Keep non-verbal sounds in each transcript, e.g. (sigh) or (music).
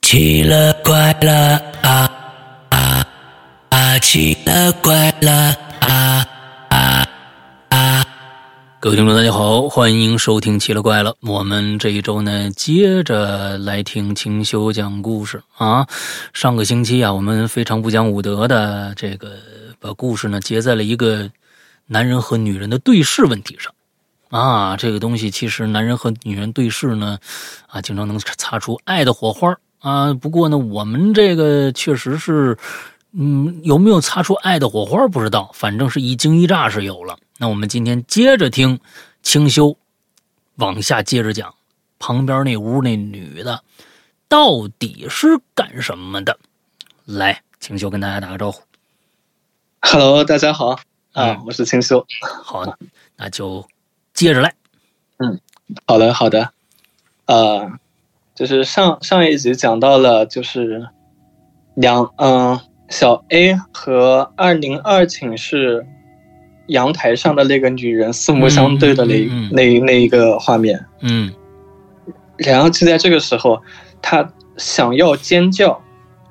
奇了怪了啊啊啊！奇了怪了啊啊啊！各位听众，大家好，欢迎收听《奇了怪了》。我们这一周呢，接着来听清修讲故事啊。上个星期啊，我们非常不讲武德的这个把故事呢结在了一个男人和女人的对视问题上。啊，这个东西其实男人和女人对视呢，啊，经常能擦出爱的火花啊。不过呢，我们这个确实是，嗯，有没有擦出爱的火花不知道，反正是一惊一乍是有了。那我们今天接着听清修，往下接着讲，旁边那屋那女的到底是干什么的？来，清修跟大家打个招呼。 Hello，大家好啊嗯，我是清修。好，那就接着来。好的，好的。呃，就是上上一集讲到了，就是两嗯、小 A 和二零二寝室阳台上的那个女人四目相对的那、嗯嗯嗯嗯那那一个画面。嗯然后就在这个时候，她想要尖叫，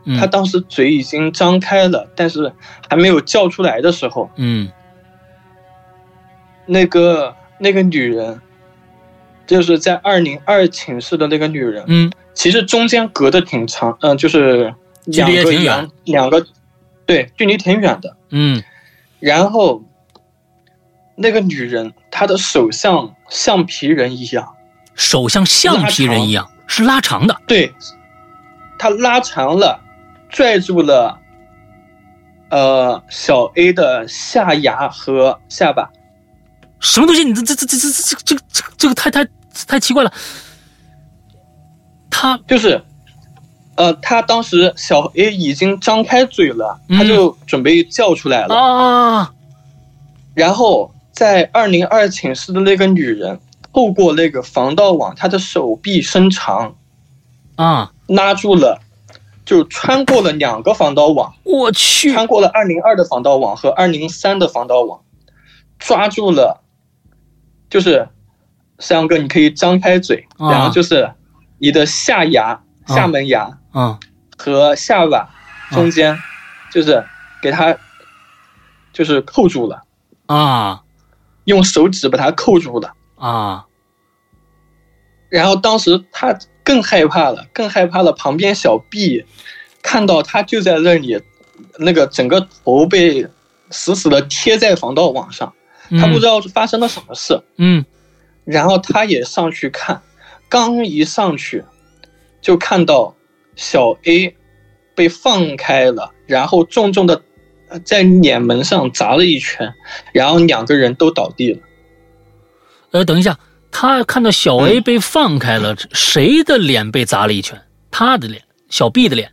嗯，她当时嘴已经张开了，但是还没有叫出来的时候，嗯那个那个女人，就是在二零二寝室的那个女人，嗯。其实中间隔得挺长，嗯、就是距两离也个挺远阳两个，对，距离挺远的。嗯然后那个女人她的手像橡皮人一样，，手像橡皮人一样，是拉长的。对，她拉长了，拽住了，呃，小 A 的下牙和下巴。什么东西？你这这这这这这这这这个太太太奇怪了。他就是，呃，他当时小 A 已经张开嘴了，嗯他就准备叫出来了。啊，然后在二零二寝室的那个女人透过那个防盗网，她的手臂伸长，啊，拉住了，就穿过了两个防盗网，我去，穿过了二零二的防盗网和二零三的防盗网，抓住了，就是，三阳哥，你可以张开嘴，啊然后就是你的下牙、下门牙。啊和下巴中间，就是给它就是扣住了，啊用手指把它扣住了。啊然后当时他更害怕了，更害怕了。旁边小 B 看到他就在那里，那个整个头被死死的贴在防盗网上，嗯他不知道发生了什么事。嗯然后他也上去看，刚一上去，就看到小 A 被放开了，然后重重的在脸门上砸了一拳，然后两个人都倒地了。呃，等一下，他看到小嗯 A 被放开了，谁的脸被砸了一拳？他的脸，小 B 的脸，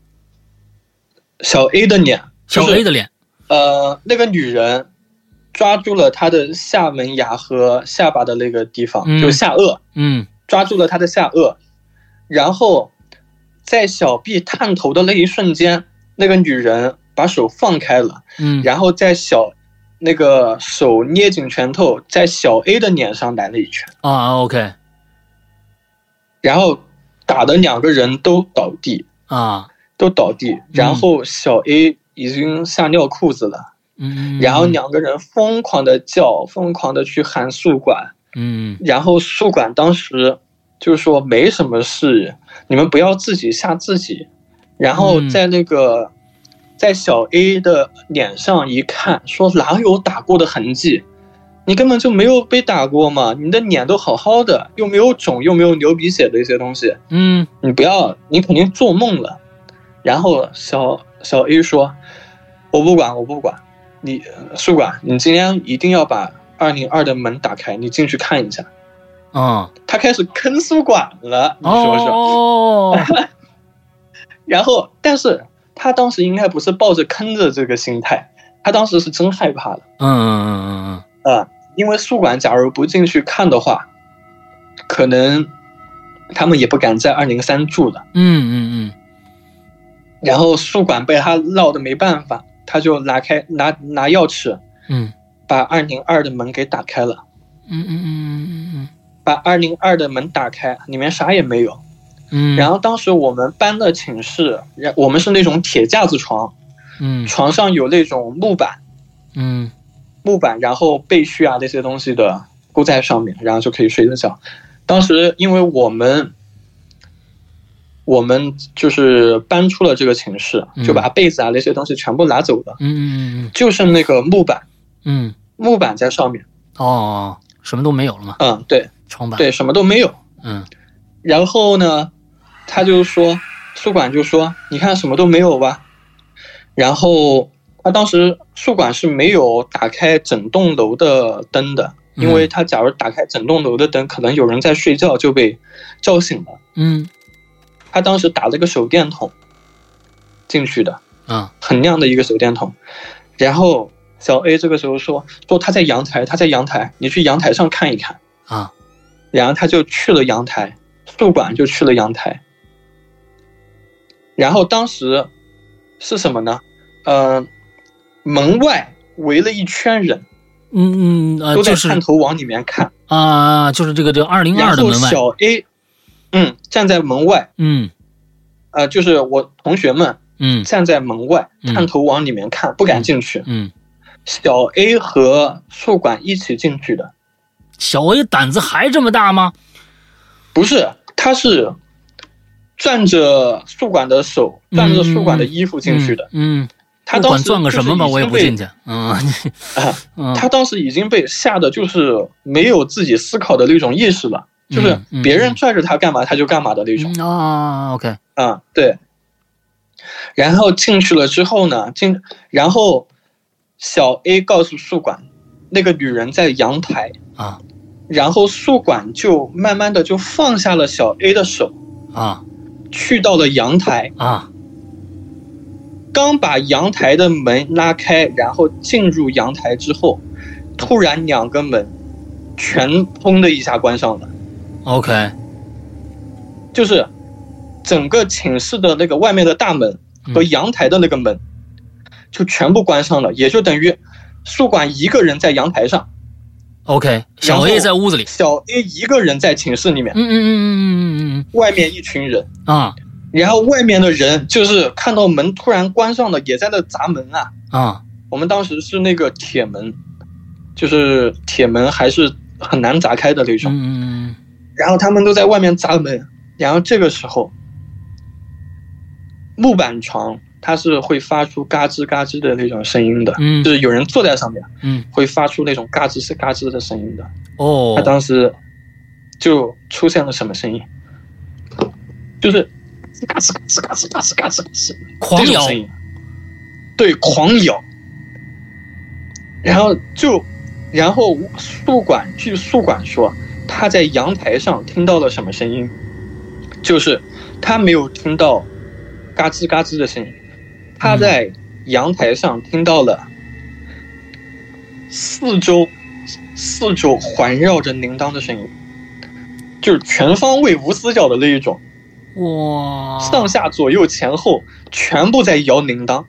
小 A 的脸，小就是 A 的脸。呃，那个女人抓住了他的下门牙和下巴的那个地方，嗯就下颚，嗯抓住了他的下颚，然后在小 B 探头的那一瞬间，那个女人把手放开了。嗯然后在小那个手捏紧拳头，在小 A 的脸上来了一拳，啊，OK 然后打的两个人都倒地，啊，都倒地。然后小 A 已经吓尿裤子了，嗯，然后两个人疯狂的叫，疯狂的去喊宿管，嗯然后宿管当时就说没什么事，你们不要自己吓自己。然后嗯在那个、在小 A 的脸上一看，说哪有打过的痕迹？你根本就没有被打过嘛，你的脸都好好的，又没有肿，又没有流鼻血的一些东西，嗯你不要，你肯定做梦了。然后小小 A 说：“我不管，我不管，你呃宿管，你今天一定要把二零二的门打开，你进去看一下。”啊。他开始坑宿管了，你说说。哦， (laughs) 然后，但是他当时应该不是抱着坑的这个心态，他当时是真害怕了嗯嗯嗯啊、呃因为宿管假如不进去看的话，可能他们也不敢在二零三住了。嗯嗯然后宿管被他闹得没办法，他就拿开拿拿钥匙嗯把二零二的门给打开了，嗯嗯嗯嗯嗯把二零二的门打开，里面啥也没有。嗯，然后当时我们班的寝室，然我们是那种铁架子床，嗯床上有那种木板，嗯木板，然后被絮啊这些东西的勾在上面，然后就可以睡得着。当时因为我们我们就是搬出了这个寝室，嗯就把被子啊那些东西全部拿走了，嗯嗯嗯就剩那个木板，嗯，木板在上面。哦，什么都没有了嘛，嗯，对床板，对，什么都没有。嗯然后呢，他就说，宿管就说，你看什么都没有吧。然后他当时宿管是没有打开整栋楼的灯的，嗯因为他假如打开整栋楼的灯，可能有人在睡觉就被叫醒了。嗯他当时打了个手电筒进去的，啊很亮的一个手电筒。然后小 A 这个时候说，说他在阳台，他在阳台，你去阳台上看一看。啊，然后他就去了阳台，宿管就去了阳台。然后当时是什么呢？呃，门外围了一圈人，嗯嗯啊，都在就是探头往里面看。啊，就是这个这二零然二的后门外，小 A，嗯，站在门外，嗯呃，就是我同学们嗯站在门外，嗯探头往里面看，不敢进去。嗯，小 A 和宿管一起进去的，小 A 胆子还这么大吗？不是，他是攥着宿管的手，攥着宿管的衣服进去的。嗯，他不当管时赚个什么吧，就是已经我也不被进去，嗯啊嗯，他当时已经被吓得就是没有自己思考的那种意识了，嗯就是别嗯人拽着他干嘛他就干嘛的那种嗯啊，OK，啊，对。然后进去了之后呢，进然后小 A 告诉宿管，那个女人在阳台，啊然后宿管就慢慢的就放下了小 A 的手，啊去到了阳台，啊刚把阳台的门拉开，然后进入阳台之后，突然两个门全砰的一下关上了。 ，OK，就是整个寝室的那个外面的大门和嗯阳台的那个门，就全部关上了，也就等于宿管一个人在阳台上， OK，然小后 A 在屋子里，小 A 一个人在寝室里面，嗯嗯嗯嗯嗯嗯外面一群人，嗯啊然后外面的人就是看到门突然关上了，也在那砸门啊。啊我们当时是那个铁门，就是铁门还是很难砸开的那种。嗯嗯然后他们都在外面砸门，然后这个时候，木板床它是会发出嘎吱嘎吱的那种声音的，嗯就是有人坐在上面嗯会发出那种嘎吱嘎吱的声音的。哦他当时就出现了什么声音？就是嘎吱嘎吱嘎吱嘎吱嘎吱嘎吱狂这咬种声音，对，狂咬。然后就，然后宿管据宿管说，他在阳台上听到了什么声音，就是他没有听到嘎吱嘎吱的声音，嗯他在阳台上听到了四周四周环绕着铃铛的声音，就是全方位无死角的那一种。哇，上下左右前后全部在摇铃铛，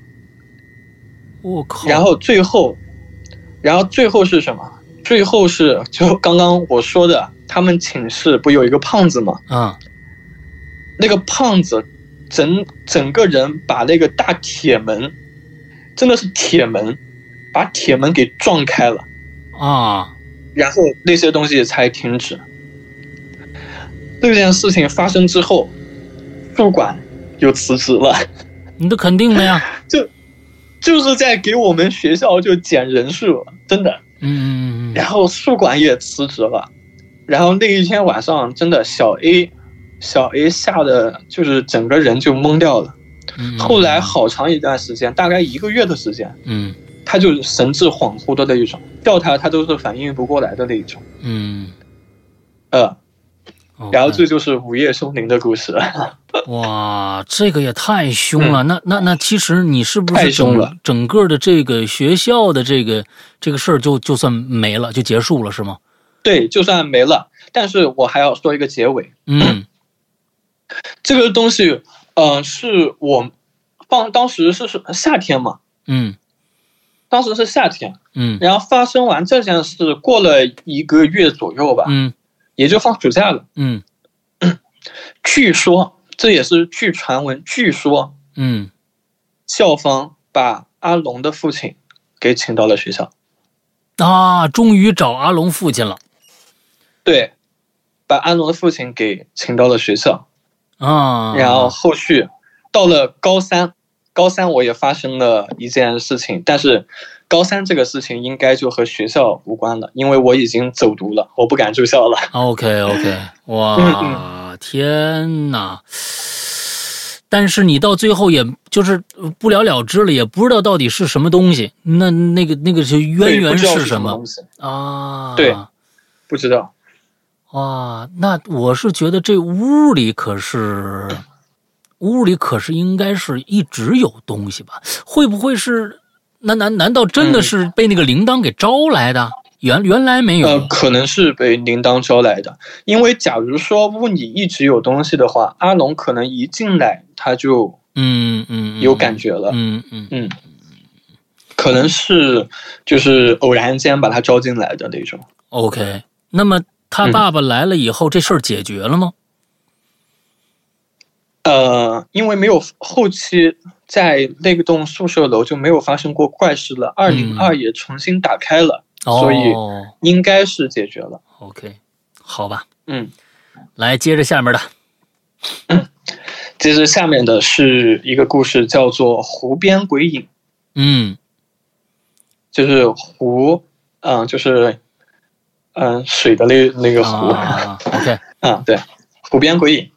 我靠，然后最后，然后最后是什么？最后是就刚刚我说的，他们寝室不有一个胖子吗？啊那个胖子整整个人把那个大铁门，真的是铁门，把铁门给撞开了，啊然后那些东西才停止。这件事情发生之后，宿管又辞职了。你这肯定的呀，就是在给我们学校就减人数，真的。嗯嗯嗯然后宿管也辞职了，然后那一天晚上，真的小 A，小 A 吓得就是整个人就懵掉了。嗯，后来好长一段时间，大概一个月的时间，嗯他就神志恍惚的那一种，叫他他都是反应不过来的那一种。嗯，呃， OK 然后这就是午夜凶铃的故事。 (laughs) 哇，这个也太凶了！那那那，其实你是不嗯太是凶了整整个的这个学校的这个这个事儿就就算没了，就结束了是吗？对，就算没了，但是我还要说一个结尾。嗯这个东西，嗯、是我放当时是是夏天嘛，嗯当时是夏天，嗯然后发生完这件事过了一个月左右吧，嗯也就放暑假了。嗯据说这也是据传闻，据说嗯，校方把阿龙的父亲给请到了学校，啊，终于找阿龙父亲了对，把阿龙的父亲给请到了学校，啊，然后后续到了高三，高三我也发生了一件事情，但是高三这个事情应该就和学校无关了，因为我已经走读了，我不敢住校了。 OK OK，哇，嗯天哪！但是你到最后也就是不了了之了，也不知道到底是什么东西，那那个那个是渊对不源知道是是什么么东西？啊？对不知道。哇，那我是觉得这屋里可是，屋里可是应该是一直有东西吧？会不会是？难难难道真的嗯是被那个铃铛给招来的？原原来没有呃，可能是被铃铛招来的，因为假如说屋里一直有东西的话，阿龙可能一进来他就嗯嗯，嗯有感觉了，嗯嗯嗯，可能是就是偶然间把他招进来的那种。 OK，那么他爸爸来了以后，这事儿解决了吗？呃，因为没有后期在那个栋宿舍楼就没有发生过怪事嗯了，二零二也重新打开了，嗯所以哦应该是解决了。 ，OK，好吧，嗯，来接着下面的，接着下面的是一个故事，叫做《湖边鬼影》。嗯就是湖，嗯、就是嗯、水的那那个湖， (laughs) 啊，OK，嗯，对，湖边鬼影，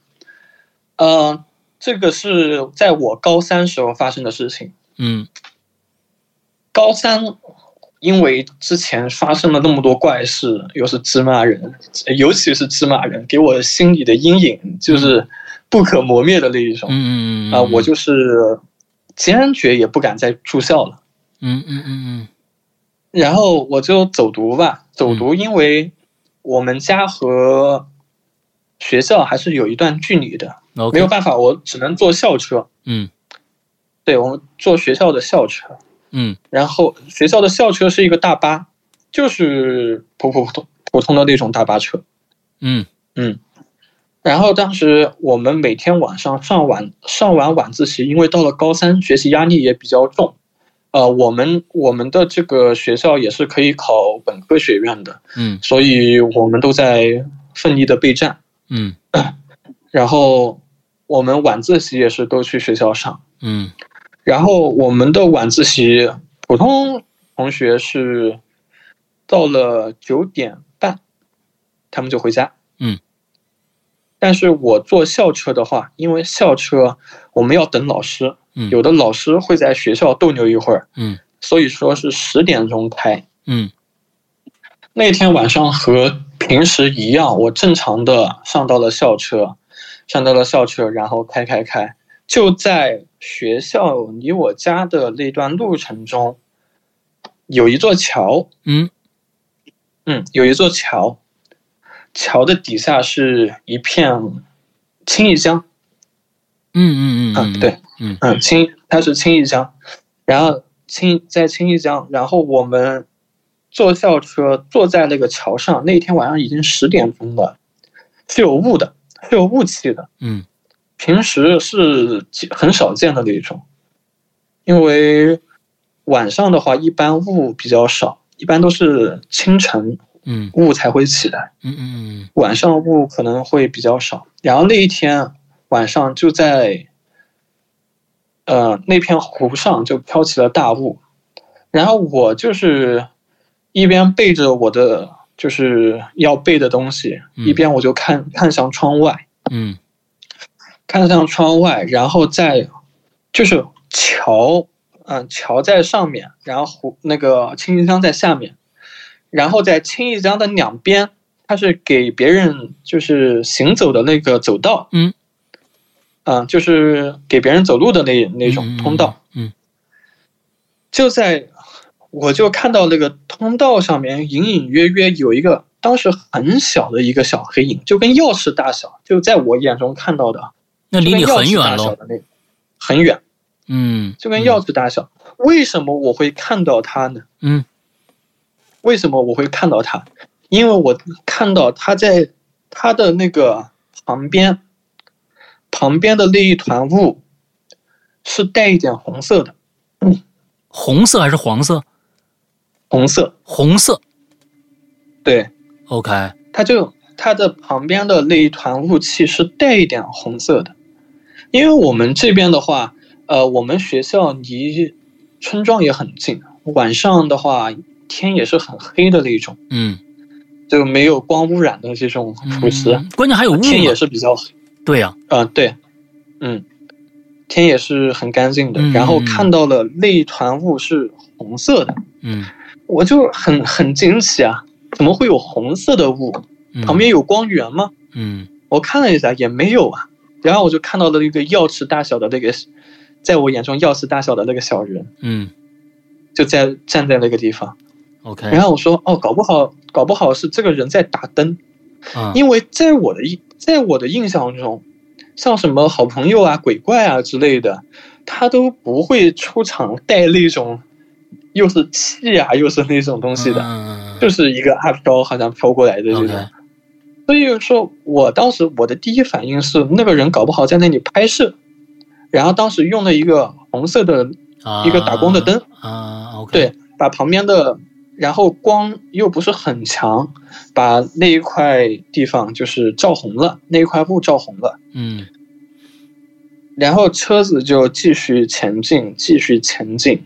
嗯、这个是在我高三时候发生的事情。嗯高三，因为之前发生了那么多怪事，又是芝麻人，尤其是芝麻人，给我心里的阴影就是不可磨灭的那一种啊、嗯嗯嗯我就是坚决也不敢再住校了。嗯嗯嗯然后我就走读吧，走读，因为我们家和学校还是有一段距离的，嗯，OK，没有办法，我只能坐校车。嗯对，我们坐学校的校车，嗯然后学校的校车是一个大巴，就是普普通普通的那种大巴车。嗯然后当时我们每天晚上上晚上完晚自习，因为到了高三学习压力也比较重，呃，我们我们的这个学校也是可以考本科学院的，嗯所以我们都在奋力的备战。嗯然后我们晚自习也是都去学校上。嗯然后我们的晚自习，普通同学是到了九点半，他们就回家。嗯。但是我坐校车的话，因为校车我们要等老师，嗯有的老师会在学校逗留一会儿，嗯所以说是十点钟开。嗯那天晚上和平时一样，我正常的上到了校车，上到了校车，然后开开开，就在学校离我家的那段路程中，有一座桥，嗯嗯，有一座桥，桥的底下是一片青弋江，嗯嗯嗯，嗯，对，，嗯嗯，青它是青弋江，然后青在青弋江，然后我们坐校车坐在那个桥上，那天晚上已经十点钟了，是有雾的，是有雾气的，嗯平时是很少见的那一种，因为晚上的话一般雾比较少，一般都是清晨嗯雾才会起来。嗯嗯晚上雾可能会比较少。然后那一天啊晚上就在，呃，那片湖上就飘起了大雾。然后我就是一边背着我的就是要背的东西，嗯一边我就看看向窗外，嗯看向窗外，然后再就是桥，嗯、桥在上面，然后湖那个青弋江在下面，然后在青弋江的两边，它是给别人就是行走的那个走道，嗯，嗯、就是给别人走路的那那种通道，，嗯就在我就看到那个通道上面隐隐约约有一个当时很小的一个小黑影，就跟钥匙大小，就在我眼中看到的。那离你就跟很钥匙远大小喽，的那个，很远，嗯，就跟钥匙大小。为什么我会看到它呢？嗯为什么我会看到它？因为我看到它在它的那个旁边旁边的那一团雾是带一点红色的，红色还是黄色？红色，红色。对， OK，它就它的旁边的那一团雾气是带一点红色的，因为我们这边的话，呃，我们学校离村庄也很近，晚上的话天也是很黑的那种，嗯，就没有光污染的这种嗯腐蚀，关键还有雾天也嘛。是比较黑，对呀、呃，对，嗯，天也是很干净的嗯，然后嗯嗯看到了那一团雾是红色的，嗯，我就很很惊奇啊，怎么会有红色的雾？嗯旁，边有光源吗？嗯我看了一下也没有啊，然后我就看到了一个钥匙大小的那个，在我眼中钥匙大小的那个小人，嗯就在站在那个地方。 ，OK，然后我说，哦，搞不好，搞不好是这个人在打灯，啊，因为在我的印，在我的印象中，像什么好朋友啊、鬼怪啊之类的，他都不会出场带那种，又是气啊，又是那种东西的，嗯、就是是一个阿飘好像飘过来的这种。 OK，所以说我当时我的第一反应是，那个人搞不好在那里拍摄，然后当时用了一个红色的，啊一个打光的灯啊，OK，对，把旁边的，然后光又不是很强，把那一块地方就是照红了，那一块布照红了，嗯然后车子就继续前进，继续前进，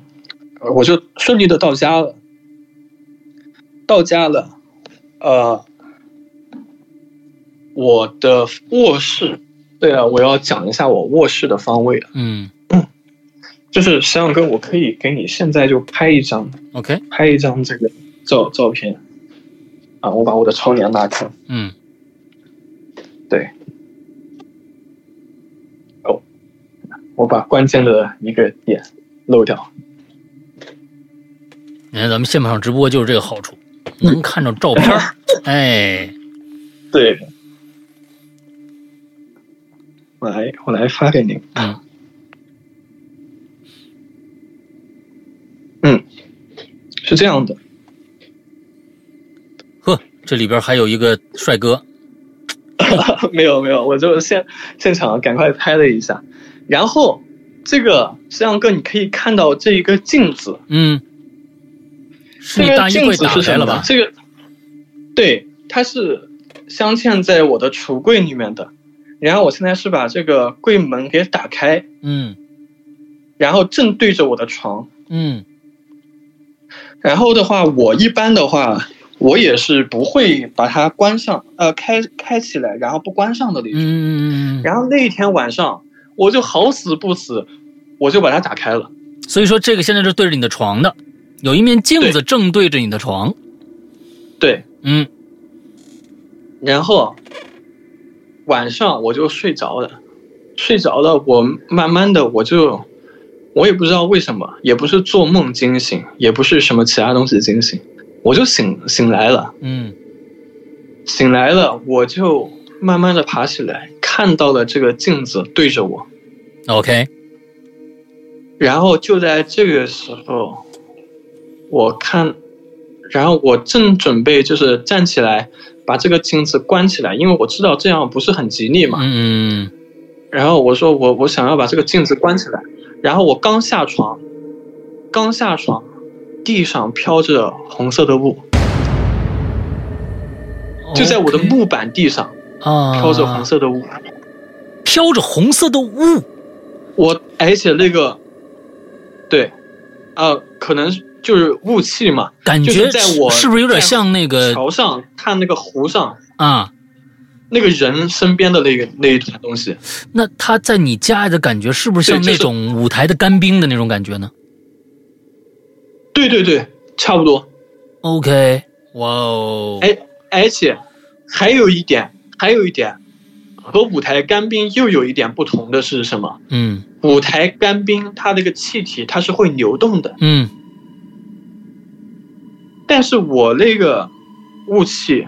呃我就顺利的到家了，到家了，呃，我的卧室，对了，我要讲一下我卧室的方位了，啊嗯就是石阳哥，我可以给你现在就拍一张， ，OK，拍一张这个照照片，啊，我把我的窗帘拉开，嗯我把关键的一个点漏掉，你看咱们现场直播就是这个好处，能看着照片儿，哎，对，我来我来发给您。嗯嗯，是这样的， (laughs) 呵，这里边还有一个帅哥，没有没有，我就现现场赶快拍了一下，然后这个摄像哥你可以看到这一个镜子，嗯，是这你个大衣镜柜子打是开什么了呢吧？？这个，对，它是镶嵌在我的橱柜里面的，然后我现在是把这个柜门给打开，嗯然后正对着我的床。嗯然后的话，我一般的话，我也是不会把它关上，呃，开开起来，然后不关上的那嗯种。嗯嗯嗯，然后那一天晚上，我就好死不死，我就把它打开了。所以说这个现在是对着你的床的，有一面镜子正对着你的床，对，嗯然后晚上我就睡着了，睡着了，我慢慢的我就。我也不知道为什么，也不是做梦惊醒，也不是什么其他东西惊醒，我就醒醒来了。嗯醒来了，我就慢慢的爬起来，看到了这个镜子对着我， ，OK，然后就在这个时候，我看，然后我正准备就是站起来把这个镜子关起来，因为我知道这样不是很吉利嘛。嗯嗯然后我说我我想要把这个镜子关起来，然后我刚下床，刚下床，地上飘着红色的雾，嗯，就在我的 OK，木板地上啊，飘着红色的雾。飘着红色的雾，我而且那个，对，啊，可能就是雾气嘛。感觉就是在我是不是有点像那个桥上看那个湖上啊？那个人身边的那个那一团东西，那他在你家的感觉是不是像对就那是种舞台的干冰的那种感觉呢对对对，差不多。 ？OK，哇哦，哎，而且还有一点，还有一点，和舞台干冰又有一点不同的是什么？嗯舞台干冰它那个气体它是会流动的，嗯但是我那个雾气，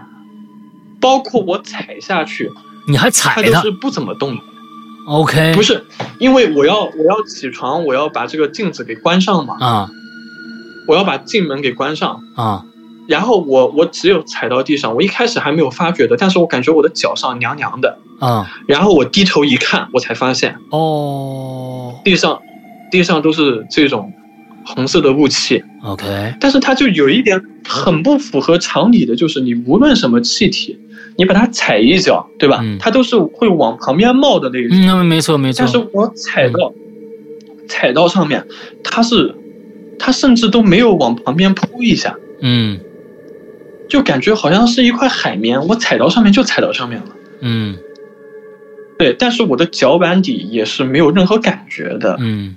包括我踩下去，你还它踩都它是不怎么动的。 ？OK，不是，因为我要我要起床，我要把这个镜子给关上嘛，啊我要把进门给关上。啊然后我我只有踩到地上，我一开始还没有发觉的，但是我感觉我的脚上凉凉的，啊，然后我低头一看，我才发现哦地上地上都是这种红色的雾气。 ，OK，但是它就有一点很不符合常理的，就是你无论什么气体，你把它踩一脚，对吧？嗯它都是会往旁边冒的那一种。嗯，那没错没错但，是我踩到、踩到上面，它是它甚至都没有往旁边扑一下，嗯就感觉好像是一块海绵，我踩到上面就踩到上面了。嗯对，但是我的脚板底也是没有任何感觉的，嗯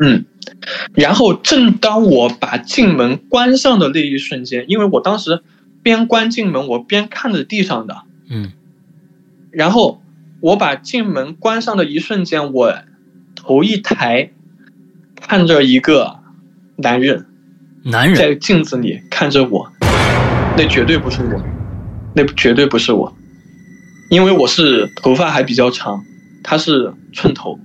嗯，然后正当我把进门关上的那一瞬间，因为我当时边关进门，我边看着地上的，嗯然后我把进门关上的一瞬间，我头一抬，看着一个男人男人， (laughs) 在镜子里看着我，那绝对不是我，那绝对不是我，因为我是头发还比较长，他是寸头，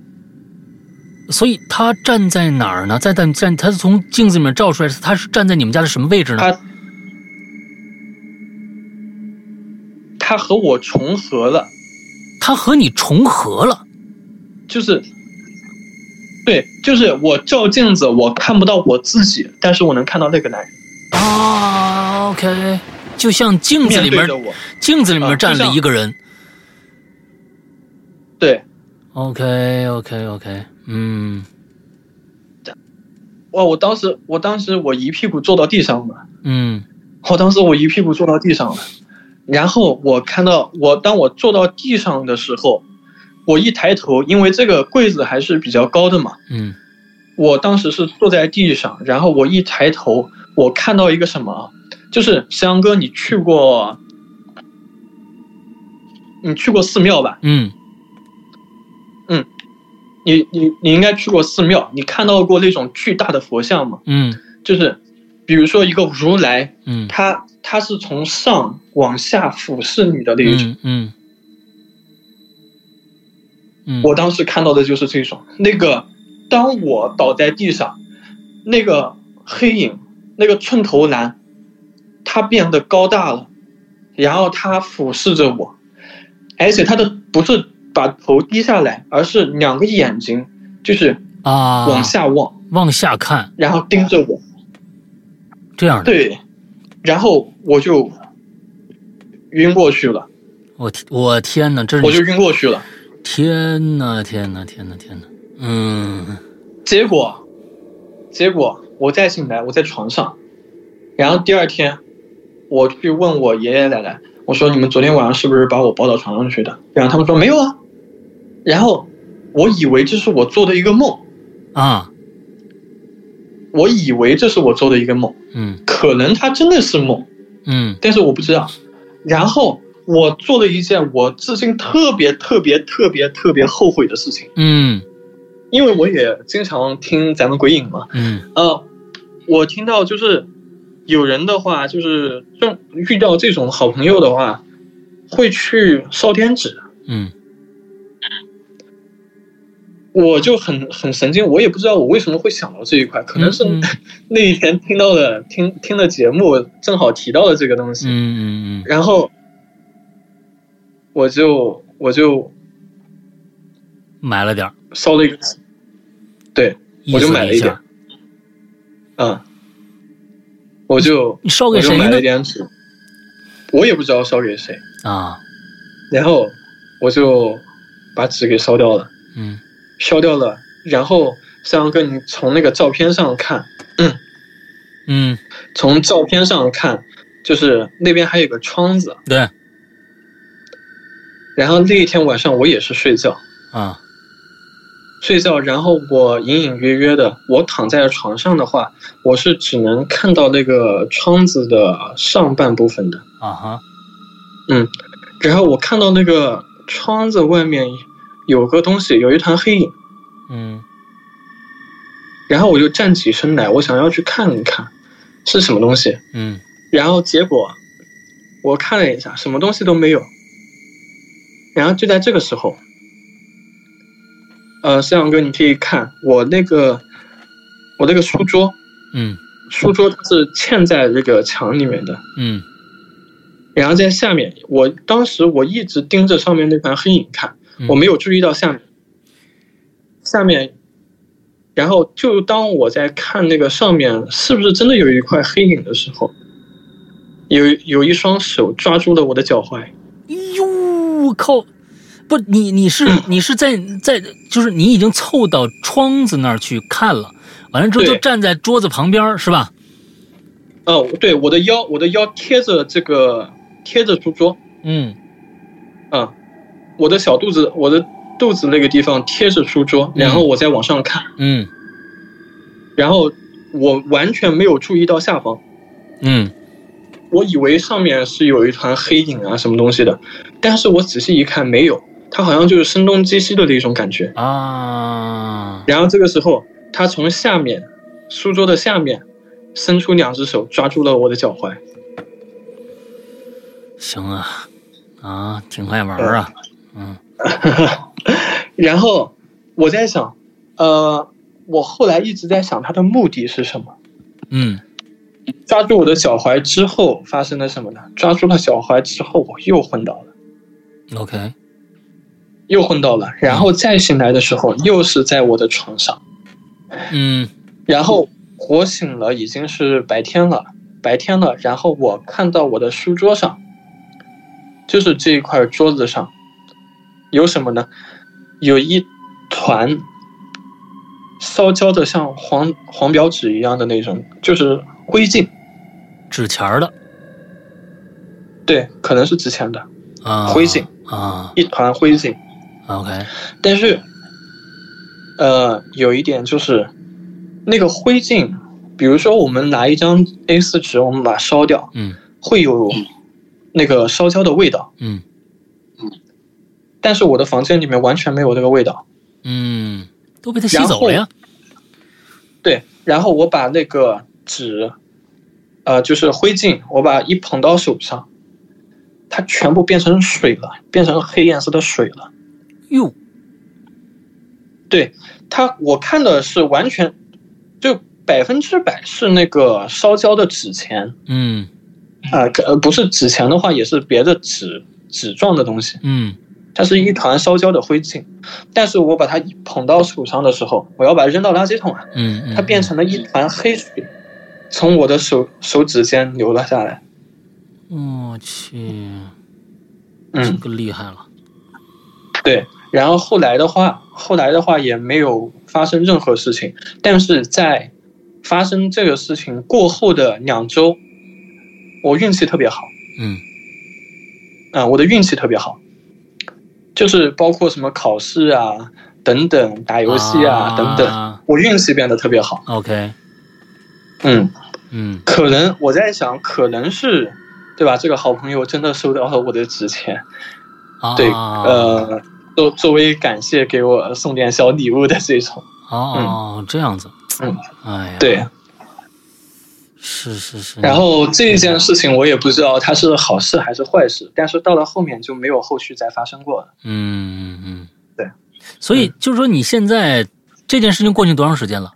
所以他站在哪儿呢？在站站，他是从镜子里面照出来，他是站在你们家的什么位置呢？他他和我重合了。他和你重合了。就是，对，就是我照镜子，我看不到我自己，但是我能看到那个男人啊，OK，就像镜子面里对面，着我。镜子里面啊站就了像一个人。对， OK，OK，OK，、嗯哇！我当时，我当时我一屁股坐到地上了，嗯我当时我一屁股坐到地上了，然后我看到我当我坐到地上的时候，我一抬头，因为这个柜子还是比较高的嘛，嗯我当时是坐在地上，然后我一抬头，我看到一个什么啊？就是石阳哥，你去过，你去过寺庙吧？嗯，你你你应该去过寺庙，你看到过那种巨大的佛像吗？嗯就是，比如说一个如来，嗯他他是从上往下俯视你的那一种。嗯嗯嗯，我当时看到的就是这种，那个当我倒在地上，那个黑影，那个寸头男，他变得高大了，然后他俯视着我，而且他的不是把头低下来，而是两个眼睛就是啊往下望，往下看，然后盯着我。这样的，对，然后我就晕过去了，我天我天哪，这我就是晕过去了。天哪天哪天哪天哪，嗯结果，结果我再醒来，我在床上，然后第二天，我去问我爷爷奶奶，我说你们昨天晚上是不是把我抱到床上去的？然后他们说没有啊，然后我以为这是我做的一个梦，啊我以为这是我做的一个梦，嗯可能它真的是梦，嗯但是我不知道。然后我做了一件我至今特别特别特别特别后悔的事情，嗯因为我也经常听咱们鬼影嘛，嗯呃，我听到就是有人的话，就是正遇到这种好朋友的话，会去烧天纸，嗯我就很很神经，我也不知道我为什么会想到这一块，可能是嗯那一天听到的听听的节目正好提到了这个东西，嗯嗯然后我就我就嗯，买了点儿，烧了一个纸，对，意我就思买了一下点，嗯，我就你烧我给就谁买呢了一？点纸，我也不知道烧给谁，啊，然后我就把纸给烧掉了，嗯烧掉了，然后三阳哥，你从那个照片上看，嗯，从照片上看，就是那边还有个窗子，对然后那一天晚上我也是睡觉。啊，睡觉，然后我隐隐约约的，我躺在床上的话，我是只能看到那个窗子的上半部分的。啊哈，然后我看到那个窗子外面有个东西，有一团黑影。嗯然后我就站起身来，我想要去看一看是什么东西。嗯然后结果我看了一下，什么东西都没有。然后就在这个时候，呃，摄像哥，你可以看我那个我那个书桌，嗯书桌它是嵌在这个墙里面的。嗯然后在下面，我当时我一直盯着上面那盘黑影看，我没有注意到下面。下面，然后就当我在看那个上面是不是真的有一块黑影的时候，有有一双手抓住了我的脚踝。哟哎靠！不，你你 (coughs) 是你是在在，就是你已经凑到窗子那儿去看了，完了之后就对站在桌子旁边儿是吧？哦，对，我的腰，我的腰贴着这个贴着书桌，嗯啊，我的小肚子，我的肚子那个地方贴着书桌，嗯然后我再往上看，嗯然后我完全没有注意到下方，嗯我以为上面是有一团黑影啊什么东西的，但是我仔细一看没有，它好像就是声东击西的那种感觉。啊然后这个时候，他从下面书桌的下面伸出两只手抓住了我的脚踝，行啊啊，挺爱玩儿啊，嗯然后我在想，呃，我后来一直在想他的目的是什么。嗯抓住我的脚踝之后发生了什么呢？抓住了脚踝之后，我又昏倒了， ，OK，又昏倒了。然后再醒来的时候，又是在我的床上。嗯然后我醒了，已经是白天了，白天了。然后我看到我的书桌上，就是这一块桌子上，有什么呢？有一团烧焦的像黄黄表纸一样的那种，就是灰烬。纸钱儿的对，可能是之前的啊，灰烬，啊一团灰烬。 ，OK，但是，呃，有一点就是，那个灰烬，比如说我们拿一张 A 4纸，我们把它烧掉，嗯会有那个烧焦的味道。嗯但是我的房间里面完全没有这个味道。嗯，都被他吸走了呀，对，然后我把那个纸，呃，就是灰烬，我把一捧到手上，它全部变成水了，变成黑颜色的水了。哟，对它，我看的是完全就百分之百是那个烧焦的纸钱嗯啊，可呃不是纸钱的话，也是别的纸纸状的东西，嗯它是一团烧焦的灰烬。但是我把它一捧到手上的时候，我要把它扔到垃圾桶啊，嗯嗯，它变成了一团黑水，从我的手手指间流了下来。我去，这嗯，个厉害了，对。然后后来的话，后来的话也没有发生任何事情，但是在发生这个事情过后的两周，我运气特别好，嗯啊、我的运气特别好，就是包括什么考试啊等等，打游戏啊等等，啊我运气变得特别好。 ，OK，嗯，嗯可能我在想，可能是对吧？这个好朋友真的收到了我的纸钱，啊，对，啊呃，作作为感谢给我送点小礼物的这种，哦，这样子，嗯，哎呀，对。是是是，然后这件事情我也不知道它是好事还是坏事，但是到了后面就没有后续再发生过了。嗯嗯嗯，对，所以就是说你现在这件事情过去多长时间了？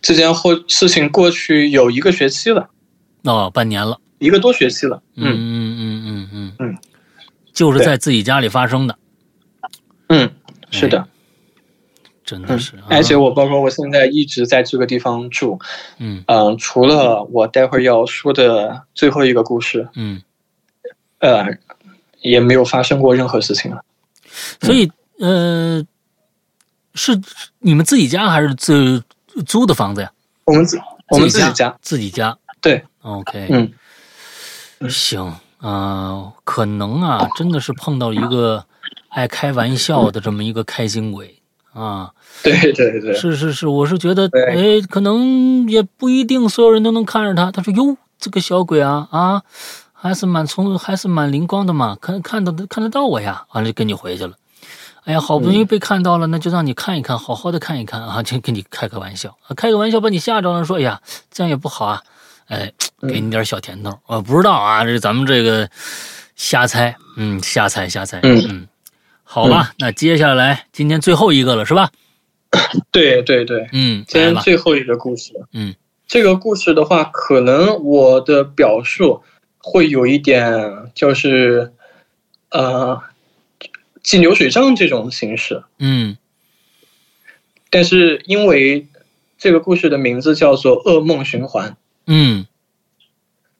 这件或事情过去有一个学期了，哦，半年了，一个多学期了。嗯嗯嗯嗯嗯嗯嗯，就是在自己家里发生的，嗯，是的，真的嗯是，啊，而且我包括我现在一直在这个地方住。嗯嗯、除了我待会儿要说的最后一个故事，嗯，呃，也没有发生过任何事情了。所以呃，是你们自己家还是自租的房子呀？我们自我们自己家，自己家，对， ，OK，嗯行啊、呃可能啊，真的是碰到一个爱开玩笑的这么一个开心鬼啊。对对对，是是是，我是觉得，哎对，可能也不一定所有人都能看着他。他说：“哟，这个小鬼啊啊，还是蛮聪，还是蛮灵光的嘛，看看得看得到我呀。”完了就跟你回去了。哎呀，好不容嗯易被看到了，那就让你看一看，好好的看一看啊，就跟你开个玩笑，啊开个玩笑把你吓着了，说：“哎呀，这样也不好啊。”哎，嗯给你点小甜头，我、不知道啊，这咱们这个瞎猜，嗯，瞎猜瞎猜，嗯嗯，好吧，那接下来今天最后一个了，是吧？对对对，嗯，今来天吧。最后一个故事，嗯，这个故事的话，可能我的表述会有一点就是呃，记流水账这种形式。嗯但是因为这个故事的名字叫做《噩梦循环》，嗯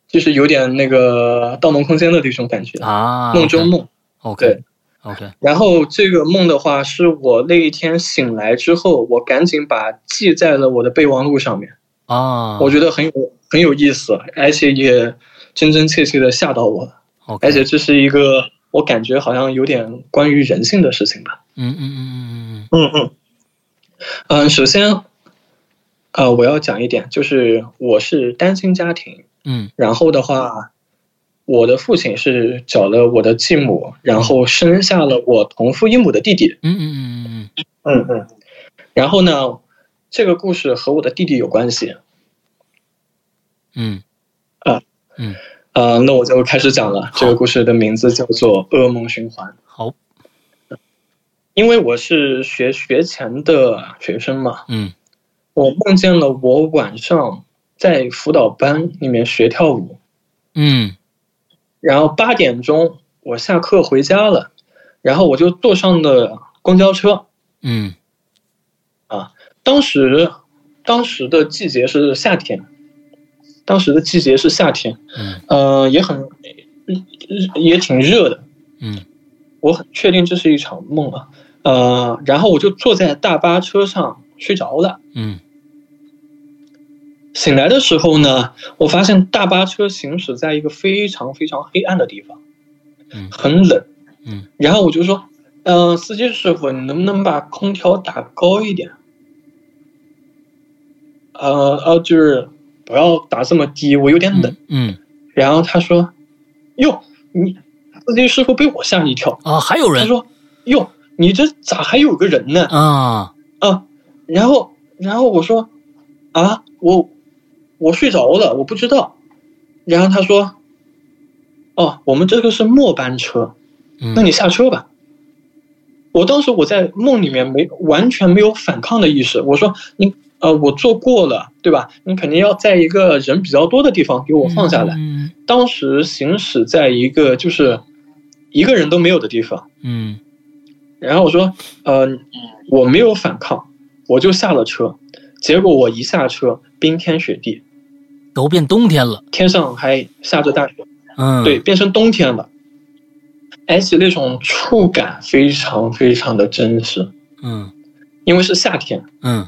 就是有点那个《盗梦空间》的那种感觉，啊，梦中梦。 OK OK，然后这个梦的话，是我那一天醒来之后，我赶紧把记在了我的备忘录上面，啊，我觉得很有很有意思，而且也真真切切的吓到我了。 OK，而且这是一个我感觉好像有点关于人性的事情吧。嗯嗯嗯嗯嗯嗯，嗯，首先，呃，我要讲一点，就是我是单亲家庭，嗯然后的话，我的父亲是找了我的继母，然后生下了我同父异母的弟弟。嗯嗯嗯嗯嗯嗯，然后呢，这个故事和我的弟弟有关系。嗯呃，那我就开始讲了。这个故事的名字叫做《噩梦循环》，好，因为我是学学前的学生嘛，嗯我梦见了我晚上在辅导班里面学跳舞，嗯然后八点钟我下课回家了，然后我就坐上了公交车。嗯当时，当时的季节是夏天，当时的季节是夏天，嗯呃，也很也挺热的。嗯我很确定这是一场梦啊，呃，然后我就坐在大巴车上睡着了。嗯醒来的时候呢，我发现大巴车行驶在一个非常非常黑暗的地方，嗯很冷。嗯，然后我就说，嗯、司机师傅，你能不能把空调打高一点？呃呃，就是不要打这么低，我有点冷。嗯然后他说，哟，你司机师傅被我吓一跳。啊，还有他人说，哟，你这咋还有个人呢？啊，啊，然后然后我说啊，我我睡着了，我不知道。然后他说，哦，我们这个是末班车，那那你下车吧。我当时我在梦里面没完全没有反抗的意识，我说你呃，我坐过了，对吧？你肯定要在一个人比较多的地方给我放下来。嗯当时行驶在一个就是一个人都没有的地方，嗯然后我说，呃，我没有反抗，我就下了车。结果我一下车，冰天雪地，都变冬天了，天上还下着大雪，嗯对，变成冬天了。而且那种触感非常非常的真实，嗯因为是夏天，嗯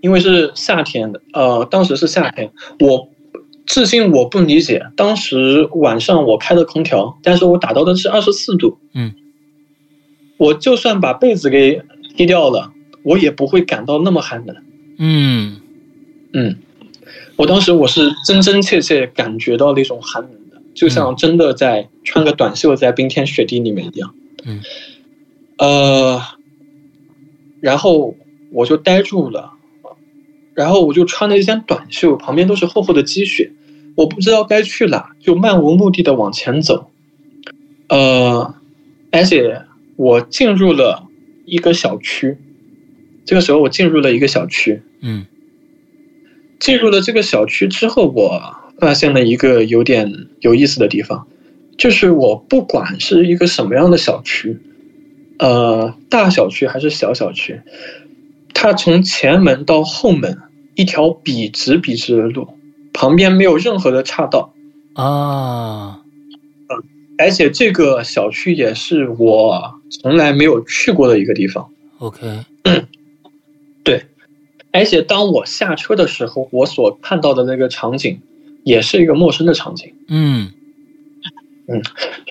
因为是夏天的，呃，当时是夏天，我至今我不理解，当时晚上我开的空调，但是我打到的是二十四度，嗯，我就算把被子给踢掉了，我也不会感到那么寒冷，嗯嗯，我当时我是真真切切感觉到那种寒冷的，就像真的在穿个短袖在冰天雪地里面一样，嗯，呃，然后我就呆住了，然后我就穿了一件短袖，旁边都是厚厚的积雪，我不知道该去哪，就漫无目的的往前走，呃，而且我进入了一个小区，这个时候我进入了一个小区，嗯进入了这个小区之后，我发现了一个有点有意思的地方，就是我不管是一个什么样的小区，呃，大小区还是小小区，它从前门到后门一条笔直笔直的路，旁边没有任何的岔道，啊，而且这个小区也是我从来没有去过的一个地方。 OK，而且当我下车的时候，我所看到的那个场景，也是一个陌生的场景。嗯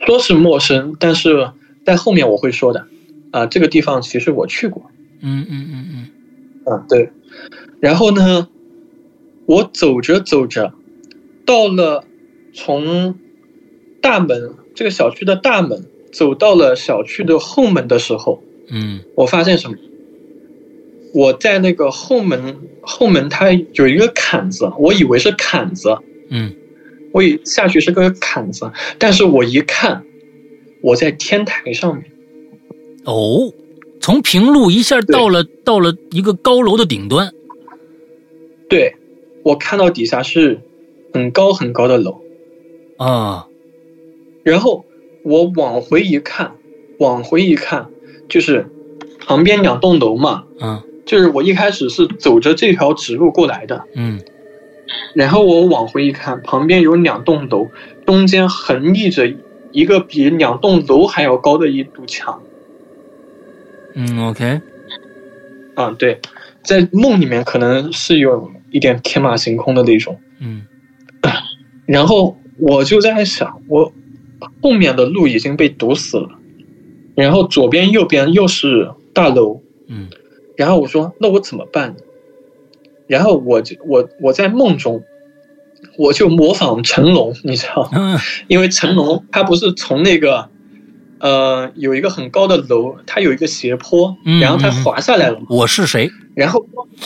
说是陌生，但是在后面我会说的。啊、这个地方其实我去过。嗯嗯嗯嗯，对。然后呢，我走着走着，到了从大门这个小区的大门走到了小区的后门的时候，嗯我发现什么？我在那个后门后门，它有一个坎子，我以为是坎子，嗯我以下去是个坎子，但是我一看，我在天台上面。嗯，哦，从平路一下到了到了一个高楼的顶端，对，我看到底下是很高很高的楼，啊然后我往回一看，往回一看，就是旁边两栋楼嘛，嗯就是我一开始是走着这条直路过来的，嗯然后我往回一看，旁边有两栋楼，中间横立着一个比两栋楼还要高的一堵墙。嗯，OK，啊，对，在梦里面可能是有一点天马行空的那种。嗯然后我就在想，我后面的路已经被堵死了，然后左边右边又是大楼，嗯然后我说那我怎么办呢？然后我就我我在梦中，我就模仿成龙，你知道，嗯因为成龙他不是从那个。呃，有一个很高的楼，它有一个斜坡嗯，然后他嗯嗯滑下来了嘛。我是谁？然后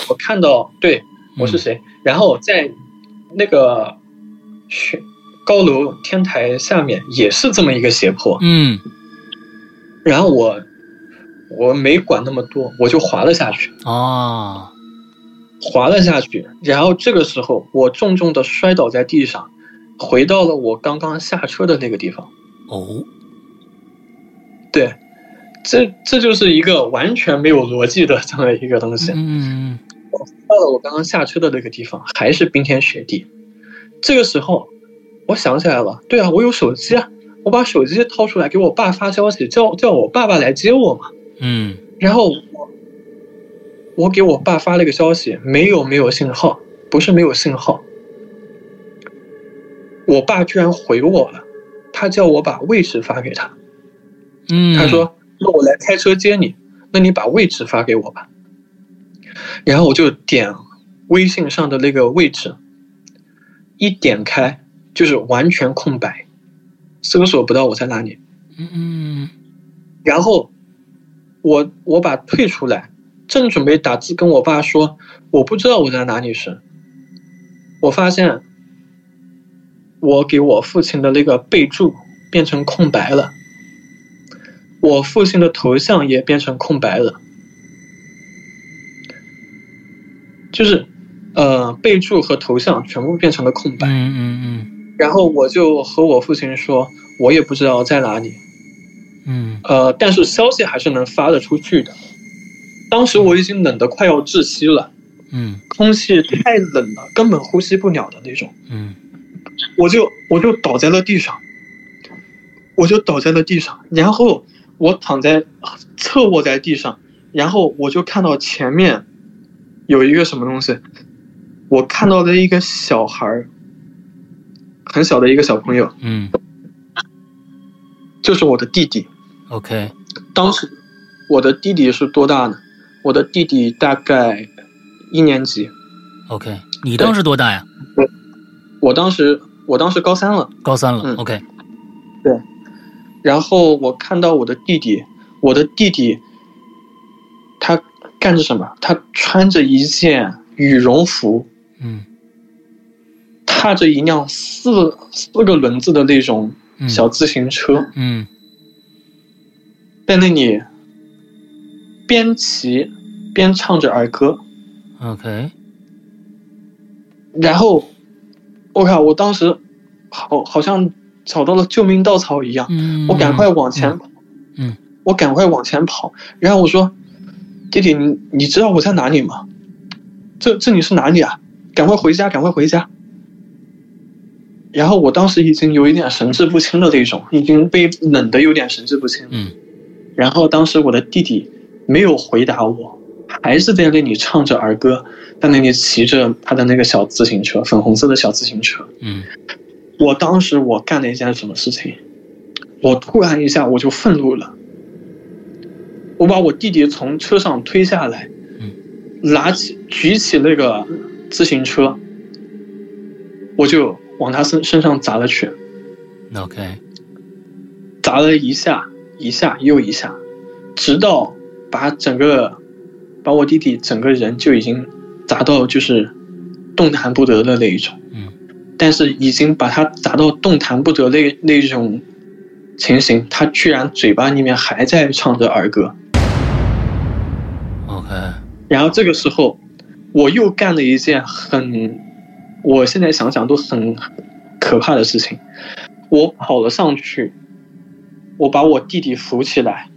我看到，对，我嗯是谁？然后在那个悬高楼天台下面也是这么一个斜坡，嗯？嗯，然后我我没管那么多，我就滑了下去，啊，滑了下去。然后这个时候我重重的摔倒在地上，回到了我刚刚下车的那个地方。哦，对，这这就是一个完全没有逻辑的这么一个东西。嗯嗯到了我刚刚下车的那个地方，还是冰天雪地。这个时候，我想起来了，对啊，我有手机啊，我把手机掏出来给我爸发消息，叫叫我爸爸来接我嘛。嗯然后我我给我爸发了个消息，没有没有信号，不是没有信号。我爸居然回我了，他叫我把位置发给他，嗯，他说：“那我来开车接你，那你把位置发给我吧。”然后我就点微信上的那个位置，一点开就是完全空白，搜索不到我在哪里。嗯，嗯然后我我把退出来，正准备打字跟我爸说我不知道我在哪里时，我发现我给我父亲的那个备注变成空白了，我父亲的头像也变成空白了，就是呃备注和头像全部变成了空白。嗯嗯然后我就和我父亲说，我也不知道在哪里。嗯嗯呃，但是消息还是能发得出去的。当时我已经冷得快要窒息了，嗯空气太冷了，根本呼吸不了的那种。嗯我就我就倒在了地上，我就倒在了地上，然后我躺在侧卧在地上，然后我就看到前面有一个什么东西，我看到了一个小孩儿，很小的一个小朋友，嗯就是我的弟弟。 ，OK，当时我的弟弟是多大呢？我的弟弟大概一年级。 OK，你当时多大呀？我当时我当时高三了，高三了。嗯 OK，然后我看到我的弟弟，我的弟弟他干着什么？他穿着一件羽绒服，嗯踏着一辆四四个轮子的那种嗯，小自行车，嗯在那里边骑边唱着儿歌。 ，OK，然后我靠，我当时好好像找到了救命稻草一样，嗯，我赶快往前跑，嗯嗯我赶快往前跑，然后我说：“弟弟，你你知道我在哪里吗？这这里是哪里啊？赶快回家，赶快回家！”然后我当时已经有一点神志不清的那种，已经被冷的有点神志不清了。嗯然后当时我的弟弟没有回答我，还是在那里唱着儿歌，在那里骑着他的那个小自行车，粉红色的小自行车。嗯我当时我干了一件什么事情？我突然一下我就愤怒了，我把我弟弟从车上推下来嗯，拿起举起那个自行车，我就往他身身上砸了去。 ，OK，砸了一下，一下又一下，直到把整个把我弟弟整个人就已经砸到就是动弹不得的那一种，嗯，但是已经把他砸到动弹不得那那种情形，他居然嘴巴里面还在唱着儿歌， OK，然后这个时候我又干了一件很，我现在想想都很。可怕的事情。我跑了上去，我把我弟弟扶起来，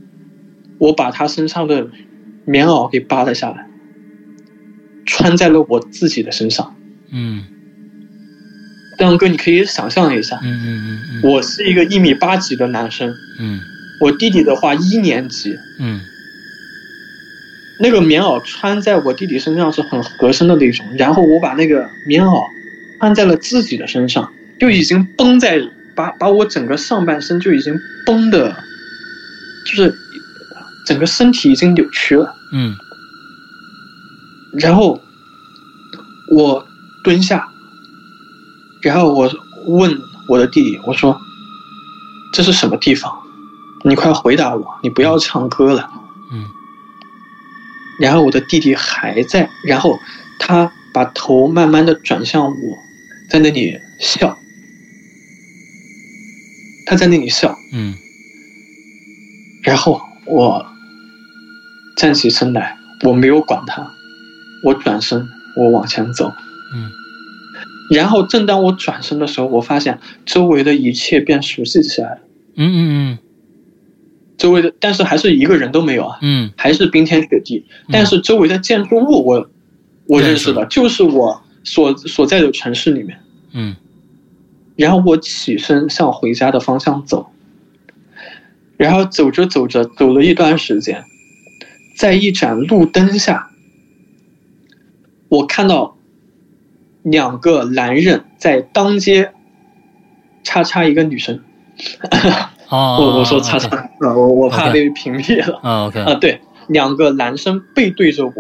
我把他身上的棉袄给扒了下来，穿在了我自己的身上。嗯亮哥，你可以想象一下嗯，嗯嗯嗯，我是一个一米八几的男生，嗯我弟弟的话一年级，嗯那个棉袄穿在我弟弟身上是很合身的那种，然后我把那个棉袄穿在了自己的身上，就已经绷在把把我整个上半身就已经绷的，就是整个身体已经扭曲了。嗯然后我蹲下，然后我问我的弟弟，我说：“这是什么地方？你快回答我，你不要唱歌了。”嗯。然后我的弟弟还在，然后他把头慢慢的转向我，在那里笑。他在那里笑，嗯然后我站起身来，我没有管他，我转身，我往前走。嗯然后正当我转身的时候，我发现周围的一切变熟悉起来了。嗯嗯周围的，但是还是一个人都没有啊，嗯还是冰天雪地。但是周围的建筑物我，我认识的，就是嗯我所所在的城市里面。嗯然后我起身向回家的方向走，然后走着走着，走了一段时间，在一盏路灯下，我看到两个男人在当街叉叉一个女生，哦，我我说叉叉，呃我我怕 OK 被屏蔽了啊 OK 啊，对，两个男生背对着我，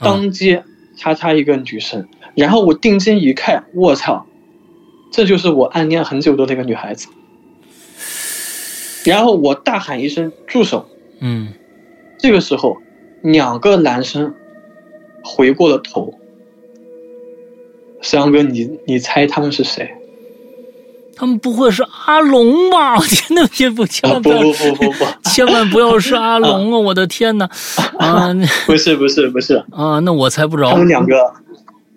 当街叉叉一个女生，然后我定睛一看，我操，这就是我暗恋很久的那个女孩子。然后我大喊一声“住手嗯”，这个时候，两个男生回过了头。石阳哥，你你猜他们是谁？他们不会是阿龙吧？我天呐，别不千啊，万 (laughs) 不不要不不不不，千万不要是阿龙啊！我的天呐，啊那不是不是不是，啊，那我猜不着他。们两个，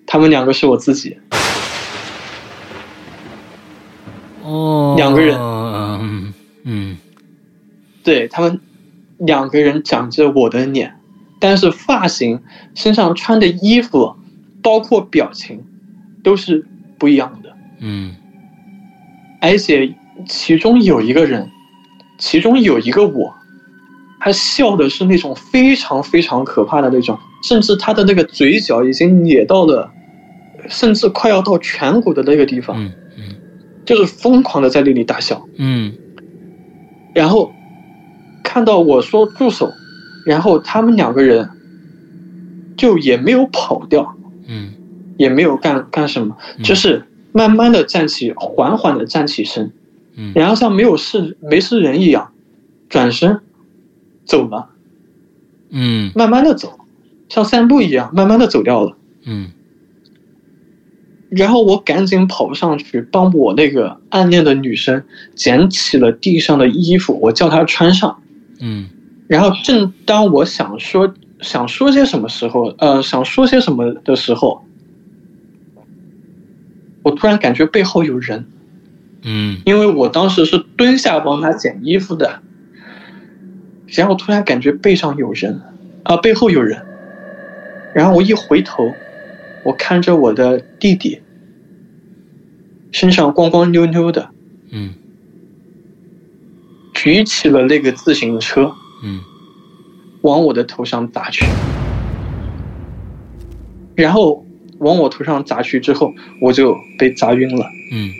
他们两个是我自己。哦，两个人嗯嗯对他们两个人长着我的脸，但是发型、身上穿的衣服，包括表情，都是不一样的。嗯而且其中有一个人，其中有一个我，他笑的是那种非常非常可怕的那种，甚至他的那个嘴角已经咧到了，甚至快要到颧骨的那个地方，嗯嗯就是疯狂的在那里大笑。嗯然后看到我说住手，然后他们两个人就也没有跑掉，嗯也没有干干什么，嗯就是慢慢的站起，缓缓的站起身，嗯然后像没有事没事人一样，转身走了，嗯慢慢的走，像散步一样，慢慢的走掉了。嗯然后我赶紧跑上去，帮我那个暗恋的女生捡起了地上的衣服，我叫她穿上。嗯然后正当我想说想说些什么时候，呃，想说些什么的时候，我突然感觉背后有人，嗯因为我当时是蹲下帮他捡衣服的，然后突然感觉背上有人，啊、背后有人，然后我一回头，我看着我的弟弟，身上光光溜溜的，嗯举起了那个自行车嗯往我的头上砸去。然后往我头上砸去之后，我就被砸晕了，嗯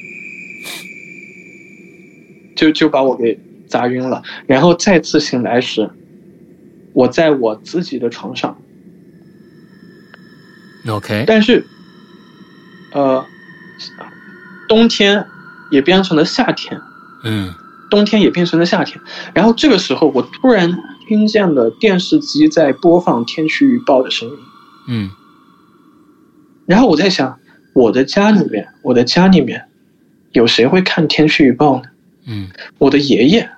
就就把我给砸晕了。然后再次醒来时，我在我自己的床上， ，OK，但是，呃，冬天也变成了夏天，嗯冬天也变成了夏天。然后这个时候，我突然听见了电视机在播放天气预报的声音。嗯然后我在想，我的家里面，我的家里面有谁会看天气预报呢？嗯我的爷爷，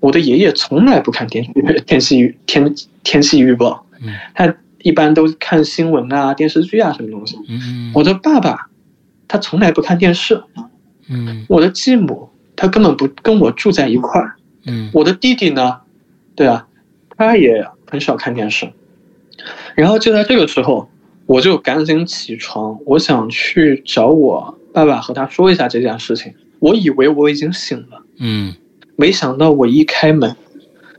我的爷爷从来不看天气天气预 (laughs) 天天气预报嗯，他一般都看新闻啊、电视剧啊什么东西。嗯我的爸爸，他从来不看电视，嗯我的继母她根本不跟我住在一块儿，嗯我的弟弟呢，对啊，他也很少看电视。然后就在这个时候，我就赶紧起床，我想去找我爸爸和他说一下这件事情。我以为我已经醒了，嗯，没想到我一开门，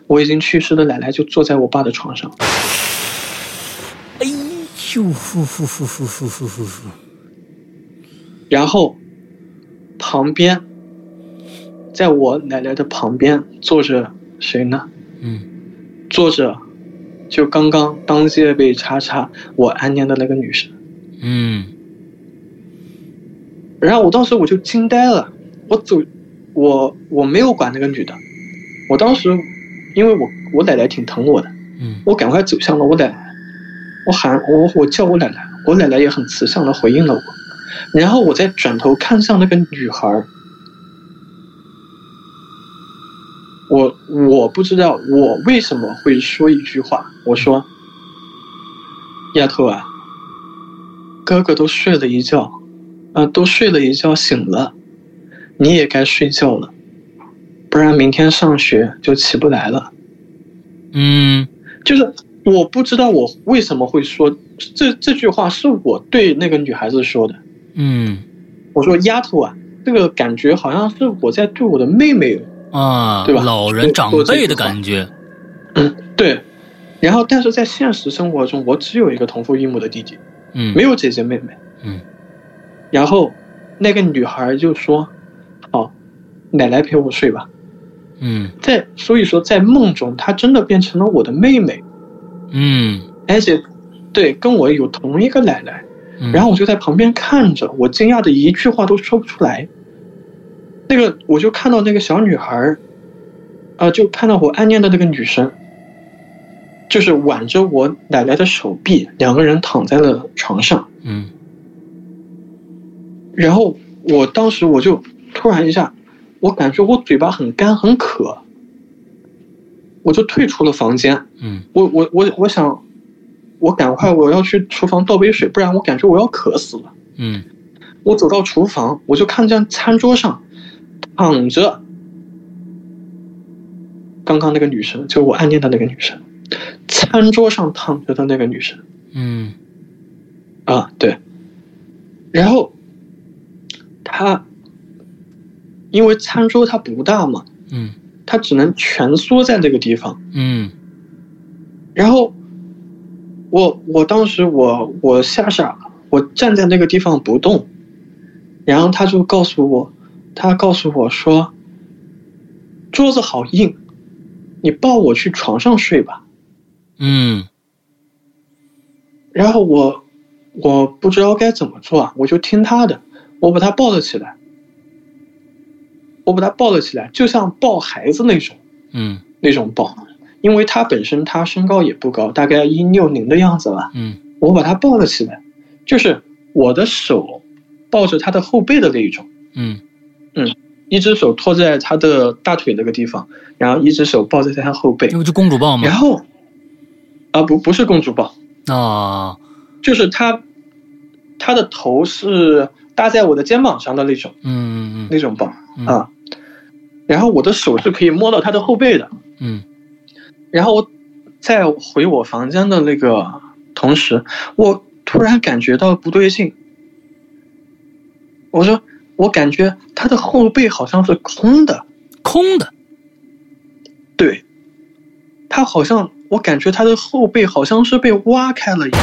我已经去世的奶奶就坐在我爸的床上。哎呦，呼呼呼呼呼呼呼呼，然后旁边，在我奶奶的旁边坐着谁呢？嗯坐着就刚刚当街被查查我安年的那个女生。嗯然后我当时我就惊呆了，我走，我我没有管那个女的，我当时因为我我奶奶挺疼我的，嗯我赶快走向了我奶奶，我喊我我叫我奶奶，我奶奶也很慈祥的回应了我，然后我再转头看向那个女孩儿，我我不知道我为什么会说一句话，我说，丫头啊，哥哥都睡了一觉，啊、都睡了一觉醒了，你也该睡觉了，不然明天上学就起不来了。嗯就是我不知道我为什么会说这这句话，是我对那个女孩子说的。嗯我说丫头啊，这个感觉好像是我在对我的妹妹。啊，对吧老人长辈的感觉，对，然后但是在现实生活中，我只有一个同父异母的弟弟，嗯，没有姐姐妹妹。嗯。然后那个女孩就说：“好，奶奶陪我睡吧。嗯在”所以说，在梦中，她真的变成了我的妹妹，嗯，而且对跟我有同一个奶奶。嗯然后我就在旁边看着，我惊讶的一句话都说不出来。那个，我就看到那个小女孩儿，啊、就看到我暗恋的那个女生，就是挽着我奶奶的手臂，两个人躺在了床上。嗯然后我当时我就突然一下，我感觉我嘴巴很干很渴，我就退出了房间。嗯我我我我想，我赶快我要去厨房倒杯水，不然我感觉我要渴死了。嗯我走到厨房，我就看见餐桌上躺着刚刚那个女生，就我暗恋的那个女生，餐桌上躺着的那个女生嗯啊，对。然后她因为餐桌它不大嘛，嗯她只能蜷缩在那个地方。嗯然后我我当时我我吓傻了，我站在那个地方不动，然后他就告诉我，他告诉我说，桌子好硬，你抱我去床上睡吧。嗯然后我我不知道该怎么做啊，我就听他的，我把他抱了起来，我把他抱了起来，就像抱孩子那种嗯那种抱，因为他本身他身高也不高，大概一六零的样子吧。嗯我把他抱了起来，就是我的手抱着他的后背的那一种，嗯一只手托在他的大腿那个地方，然后一只手抱在他后背那，不就公主抱吗然？后啊不不是公主抱，啊，就是他他的头是搭在我的肩膀上的那种嗯那种抱嗯啊，然后我的手是可以摸到他的后背的，嗯然后我在回我房间的那个同时，我突然感觉到不对劲。我说，我感觉他的后背好像是空的，嗯，空的，对，他好像，我感觉他的后背好像是被挖开了一样，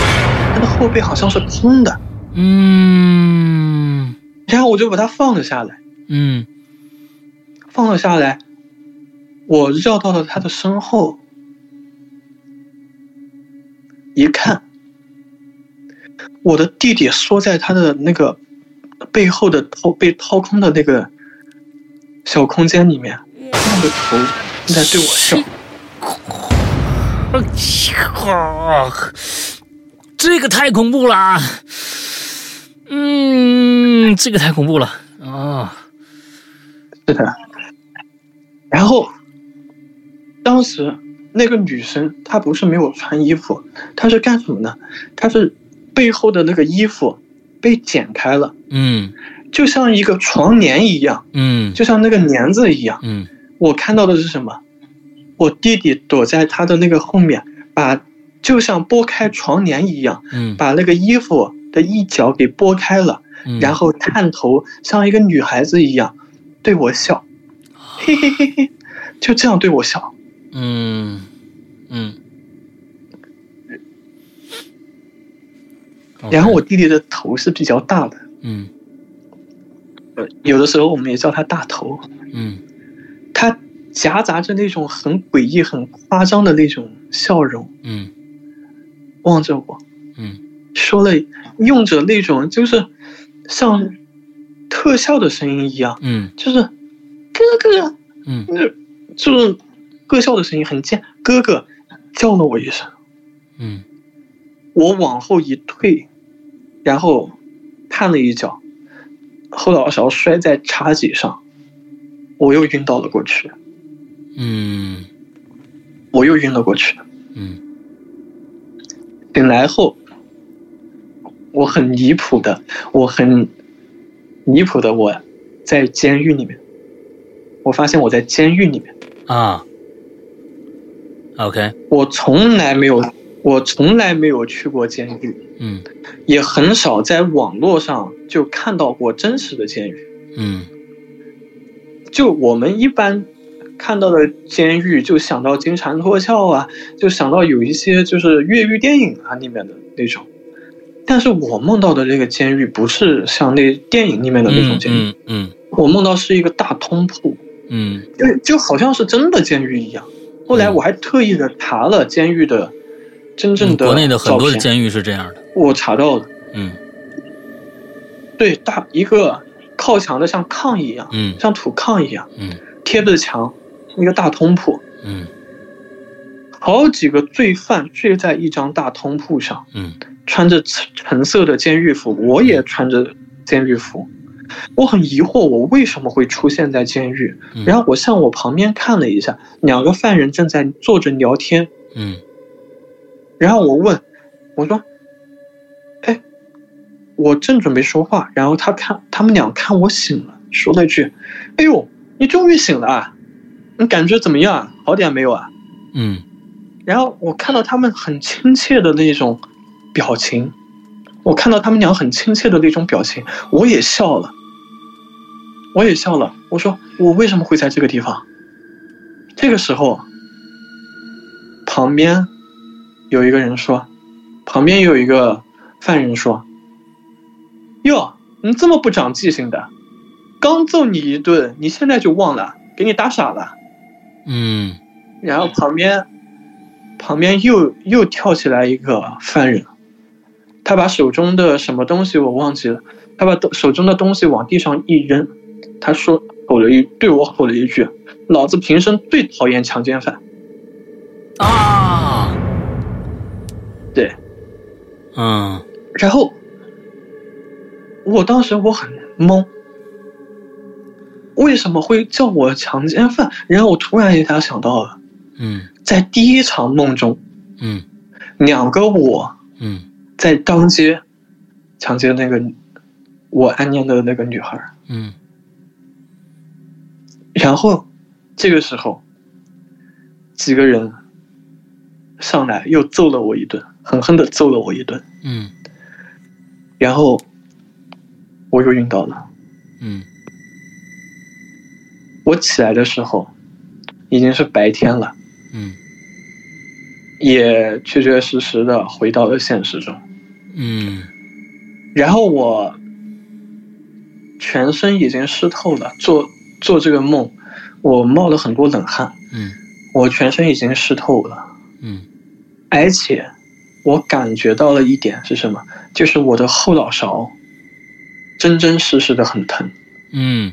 他的后背好像是空的。嗯然后我就把它放了下来，嗯放了下来，我绕到了他的身后，一看，我的弟弟缩在他的那个背后的掏被掏空的那个小空间里面，探着头正在对我笑。这个太恐怖了啊！嗯，这个太恐怖了啊！是的。然后，当时那个女生她不是没有穿衣服，她是干什么呢？她是背后的那个衣服被剪开了，嗯就像一个床帘一样，嗯就像那个帘子一样。嗯我看到的是什么？我弟弟躲在他的那个后面，把就像拨开床帘一样，嗯，把那个衣服的一角给拨开了，嗯然后探头像一个女孩子一样对我笑， (laughs) 嘿嘿嘿嘿，就这样对我笑。嗯嗯，然后我弟弟的头是比较大的，嗯呃有的时候我们也叫他大头，嗯他夹杂着那种很诡异、很夸张的那种笑容嗯望着我。嗯说了，用着那种就是像特效的声音一样，嗯就是哥哥，嗯那就是特效的声音很贱。哥哥叫了我一声，嗯我往后一退，然后绊了一跤，后脑勺摔在茶几上，我又晕倒了过去，嗯我又晕了过去。嗯醒来后，我很离谱的，我很离谱的，我在监狱里面，我发现我在监狱里面，啊，OK，我从来没有，我从来没有去过监狱，嗯也很少在网络上就看到过真实的监狱。嗯就我们一般看到的监狱，就想到金蝉脱壳啊，就想到有一些就是越狱电影啊里面的那种。但是我梦到的这个监狱不是像那电影里面的那种嗯监狱，嗯嗯我梦到是一个大通铺，嗯就就好像是真的监狱一样。后来我还特意的查了监狱的真正嗯，的国内的很多的照片监狱是这样的，我查到了，嗯对，大一个靠墙的像炕一样，嗯像土炕一样嗯贴着墙，一个大通铺。嗯好几个罪犯睡在一张大通铺上，嗯穿着橙色的监狱服，我也穿着监狱服。我很疑惑，我为什么会出现在监狱？嗯，然后我向我旁边看了一下，两个犯人正在坐着聊天。嗯然后我问，我说：“哎，我正准备说话。”然后他看他们俩看我醒了，说了一句：“哎呦，你终于醒了啊！你感觉怎么样？啊？好点没有啊？”嗯然后我看到他们很亲切的那种表情，我看到他们俩很亲切的那种表情，我也笑了，我也笑了。我说我为什么会在这个地方？这个时候，旁边有一个人说，旁边有一个犯人说：“哟，你这么不长记性的，刚揍你一顿，你现在就忘了，给你打傻了。”嗯然后旁边旁边又又跳起来一个犯人，他把手中的什么东西我忘记了，他把手中的东西往地上一扔，他说吼了一对我吼了一句：“老子平生最讨厌强奸犯。啊，”对，嗯然后我当时我很懵。为什么会叫我强奸犯？然后我突然一下想到了，嗯在第一场梦中，嗯两个我嗯在当街抢劫那个我暗恋的那个女孩儿。嗯然后这个时候，几个人上来又揍了我一顿，狠狠的揍了我一顿，嗯然后我又晕倒了。嗯我起来的时候已经是白天了，嗯也确确实实的回到了现实中。嗯。然后我全身已经湿透了，做做这个梦，我冒了很多冷汗。嗯我全身已经湿透了，嗯而且我感觉到了一点是什么？就是我的后脑勺真真实实的很疼，嗯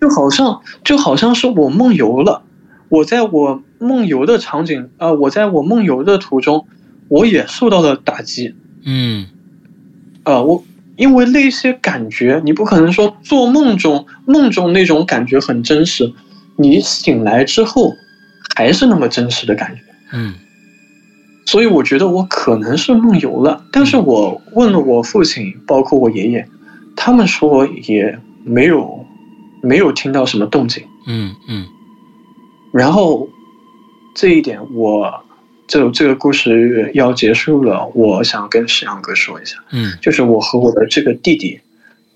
就好像就好像是我梦游了。我在我梦游的场景，啊，我在我梦游的途中，我也受到了打击。嗯啊，我因为那些感觉，你不可能说做梦中梦中那种感觉很真实，你醒来之后还是那么真实的感觉。嗯所以我觉得我可能是梦游了，但是我问了我父亲，包括我爷爷，他们说也没有没有听到什么动静。嗯嗯然后这一点我就这个故事要结束了，我想跟沈阳哥说一下，嗯就是我和我的这个弟弟，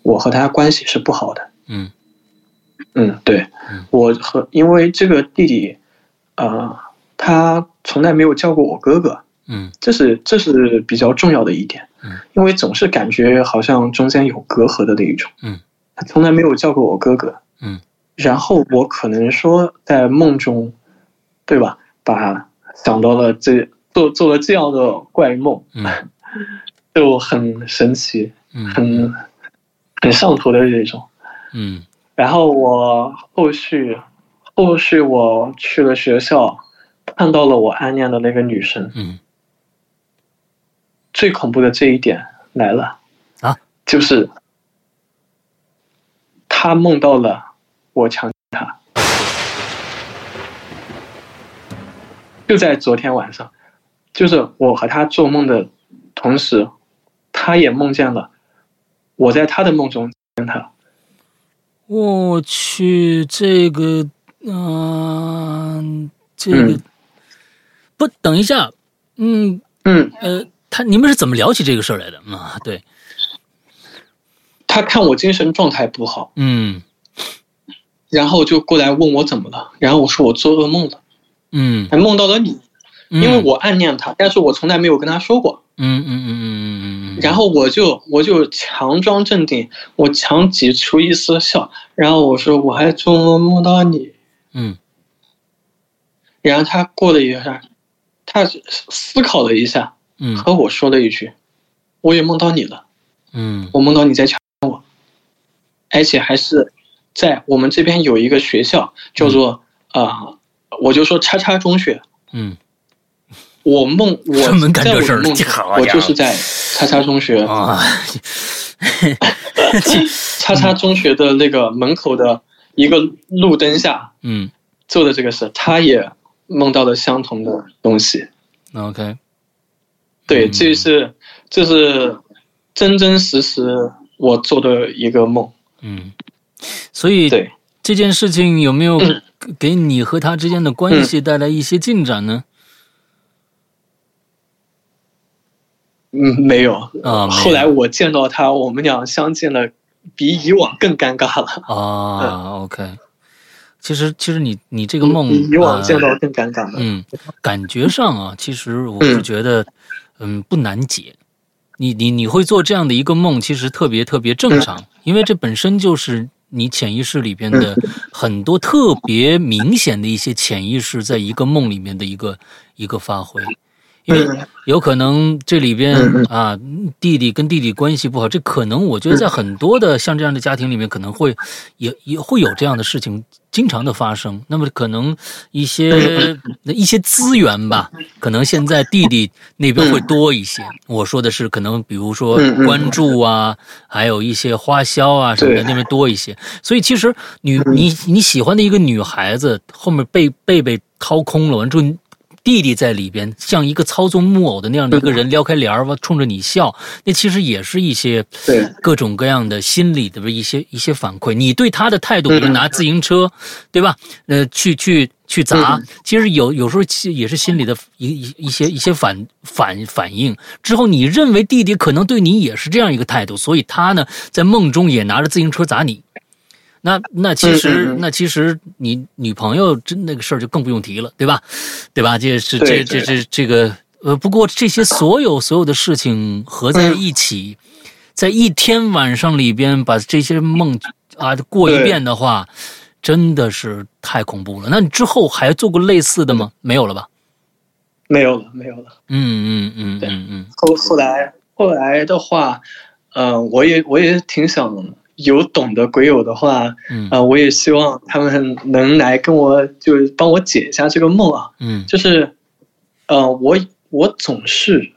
我和他关系是不好的。嗯嗯，对嗯，我和因为这个弟弟，呃，他从来没有叫过我哥哥，嗯这是这是比较重要的一点嗯，因为总是感觉好像中间有隔阂的那一种。嗯，他从来没有叫过我哥哥。嗯，然后我可能说在梦中，对吧？把想到了这做做了这样的怪梦，嗯就很神奇，嗯很很上头的这种。嗯然后我后续，后续我去了学校，看到了我暗恋的那个女生。嗯最恐怖的这一点来了啊，就是她梦到了我强奸她，就在昨天晚上，就是我和她做梦的同时，她也梦见了我在她的梦中强奸她。我去，这个，嗯、这个、嗯不，等一下，嗯，嗯，呃，他你们是怎么聊起这个事儿来的？嗯啊，对，她看我精神状态不好。嗯然后就过来问我怎么了，然后我说我做噩梦了，嗯，还梦到了你，因因为，我暗恋他，但是我从来没有跟他说过。嗯嗯嗯嗯嗯嗯，然后，后我就我就强装镇定，我强挤出一丝笑，然后我说我还做梦梦到你，嗯然后他过了一下，他思考了一下，嗯和我说了一句，我也梦到你了，嗯我梦到你在抢我，而且还是在我们这边有一个学校叫做啊、呃，我就说叉叉中学，嗯我梦我专门干在这我事儿的了梦这中好，我家就是伙 (laughs) 在叉叉中学，啊，叉嗯叉中学的那个门口的一个路灯下嗯做的这个事，他也梦到了相同的东西。 ，OK，对，嗯这是这是真真实实我做的一个梦。嗯，所以对，嗯这件事情有没有给你和他之间的关系带来一些进展呢？嗯，没有。啊，没有后来我见到他，我们俩相见了，比以往更尴尬了。啊，OK，其实其实你你这个梦比以往见呃到更尴尬了。嗯，感觉上啊，其实我是嗯觉得，嗯，不难解。你你你会做这样的一个梦，其实特别特别正常，因为这本身就是你潜意识里边的很多特别明显的一些潜意识，在一个梦里面的一个一个发挥。因为嗯有可能这里边嗯嗯啊，弟弟跟弟弟关系不好，这可能我觉得嗯在很多的像这样的家庭里面，可能会也也会有这样的事情经常的发生。那么可能一些嗯一些资源吧，可能现在弟弟那边会多一些。我说的是，可能比如说嗯嗯嗯关注啊，还有一些花销啊什么的，对那边多一些。所以其实女你你喜欢的一个女孩子，后面被被被掏空了，完之后。弟弟在里边像一个操纵木偶的那样的一个人撩开帘儿吧，冲着你笑，那其实也是一些对各种各样的心理的一些一些反馈。你对他的态度，比如嗯拿自行车，对吧？呃，去去去嗯砸，其实有有时候其也是心理的一一一些一些反反反应。之后你认为弟弟可能对你也是这样一个态度，所以他呢在梦中也拿着自行车砸你。那那其实嗯嗯嗯那其实你女朋友真那个事儿就更不用提了，对吧？对吧？这是这对这对这这个呃，不过这些所有所有的事情合嗯在一起，在一天晚上里边把这些梦啊过一对遍的话，真的是太恐怖了。那你之后还做过类似的吗？嗯没有了吧？没有了，没有了。嗯嗯嗯对嗯嗯后后来后来的话，呃，我也我也挺想有懂的鬼友的话，嗯呃，我也希望他们能来跟我，就是帮我解一下这个梦啊。嗯就是，呃，我我总是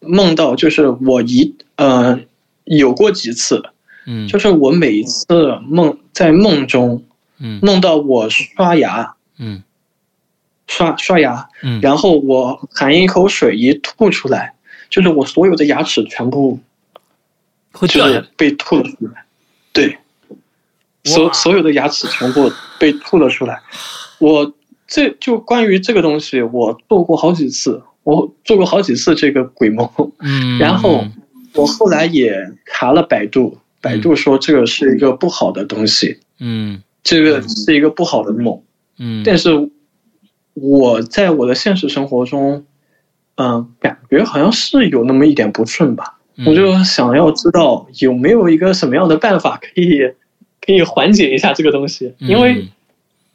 梦到，就是我一呃有过几次，嗯就是我每一次梦在梦中嗯梦到我刷牙嗯刷刷牙，嗯然后我含一口水一吐出来，就是我所有的牙齿全部会就掉下来是被吐了出来。对，所哇所有的牙齿全部被吐了出来。我这就关于这个东西，我做过好几次，我做过好几次这个鬼梦。嗯，然后我后来也查了百度，百度说这个是一个不好的东西，嗯这个是一个不好的梦。嗯，但是我在我的现实生活中，嗯、感觉好像是有那么一点不顺吧。嗯我就想要知道有没有一个什么样的办法可以可以缓解一下这个东西，因为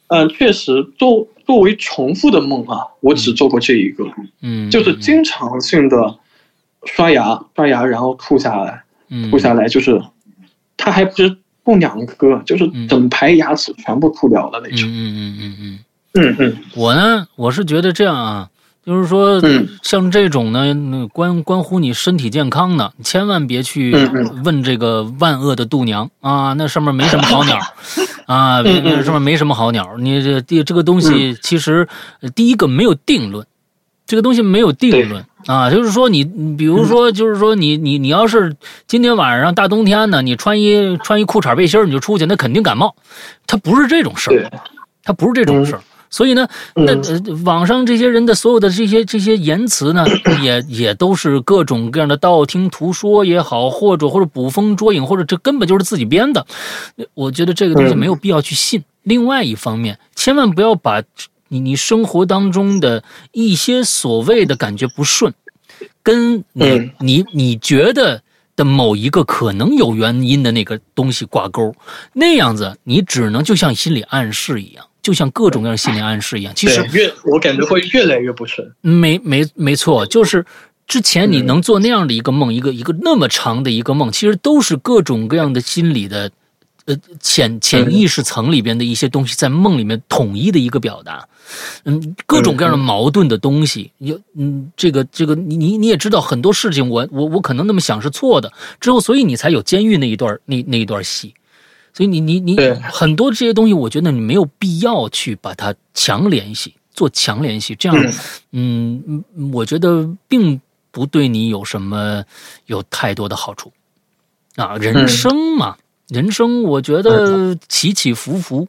嗯、呃确实作作为重复的梦啊，我只做过这一个，嗯，就是经常性的刷牙刷牙，然后吐下来吐下来，来，就是它还不是吐两颗，就是嗯整排牙齿全部吐掉的那嗯种。嗯嗯嗯嗯。嗯嗯我呢，我是觉得这样啊，就是说，嗯像这种呢，那关关乎你身体健康的，千万别去嗯嗯问这个万恶的度娘啊，那上面没什么好鸟 (laughs) 啊，嗯嗯那上面没什么好鸟。你这这这个东西，其实、呃第一个没有定论，这个东西没有定论。啊，就是说你，你比嗯如说，就是说你，你，你要是今天晚上大冬天呢，你穿一穿一裤衩背心儿你就出去，那肯定感冒。它不是这种事儿，嗯对，它不是这种事儿。所以呢，那、呃网上这些人的所有的这些这些言辞呢，也也都是各种各样的道听途说也好，或者或者捕风捉影，或者这根本就是自己编的。我觉得这个东西嗯没有必要去信。另外一方面，千万不要把你你生活当中的一些所谓的感觉不顺，跟你、嗯你你觉得的某一个可能有原因的那个东西挂钩，那样子你只能就像心理暗示一样，就像各种各样的心理暗示一样。其实对越我感觉会越来越不顺。没没没错，就是之前嗯你能做那样的一个梦，一个一个那么长的一个梦，其实都是各种各样的心理的，呃，潜潜意识层里边的一些东西在梦里面统一的一个表达，嗯，各种各样的矛盾的东西，有嗯，这个这个你你你也知道很多事情我，我我可能那么想是错的，之后所以你才有监狱那一段儿那那一段戏。所以你你你对很多这些东西，我觉得你没有必要去把它强联系，做强联系，这样嗯嗯，嗯嗯我觉得并不对你有什么有太多的好处啊。人嗯生嘛，人生我觉得起起伏伏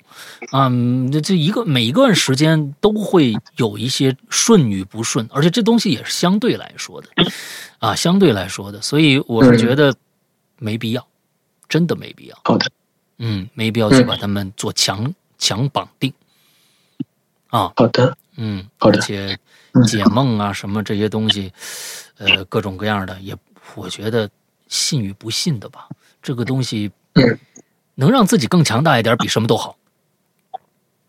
啊，嗯这、这一个每一段时间都会有一些顺与不顺，而且这东西也是相对来说的啊，相对来说的，所以我是嗯觉得没必要，真的没必要，好的，嗯，没必要去嗯把他们做强、强绑定啊。好的，嗯，好的而且嗯解梦啊什么这些东西，呃，各种各样的，也我觉得信与不信的吧，这个东西嗯能让自己更强大一点，比什么都好。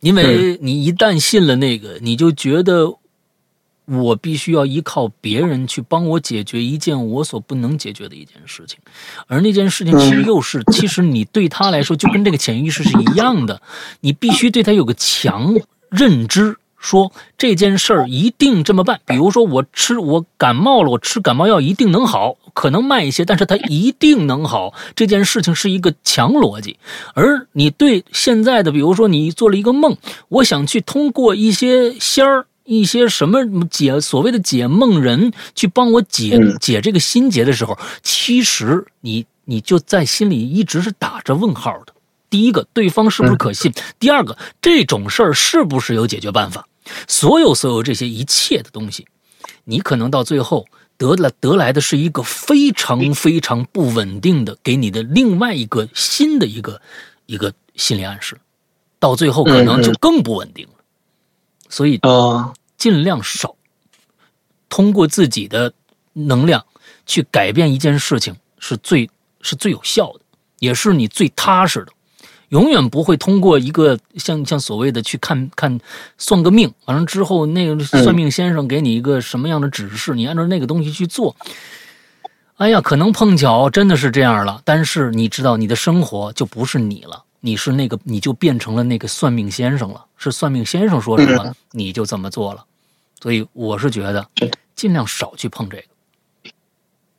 因为你一旦信了那个，你就觉得我必须要依靠别人去帮我解决一件我所不能解决的一件事情，而那件事情其实又是，其实你对他来说就跟这个潜意识是一样的，你必须对他有个强认知，说这件事儿一定这么办。比如说我吃我感冒了，我吃感冒药一定能好，可能慢一些，但是它一定能好。这件事情是一个强逻辑，而你对现在的，比如说你做了一个梦，我想去通过一些仙儿。一些什么解所谓的解梦人去帮我解嗯解这个心结的时候，其实你你就在心里一直是打着问号的。第一个，对方是不是可信？第二个，这种事儿是不是有解决办法？所有所有这些一切的东西，你可能到最后得了得来的是一个非常非常不稳定的，给你的另外一个新的一个一个心理暗示，到最后可能就更不稳定了。所以嗯、尽量少通过自己的能量去改变一件事情，是最是最有效的，也是你最踏实的。永远不会通过一个像像所谓的去看看算个命，完了之后那个算命先生给你一个什么样的指示，你按照那个东西去做。哎呀，可能碰巧真的是这样了，但是你知道，你的生活就不是你了，你是那个，你就变成了那个算命先生了，是算命先生说什么你就怎么做了，所以我是觉得嗯是的尽量少去碰这个。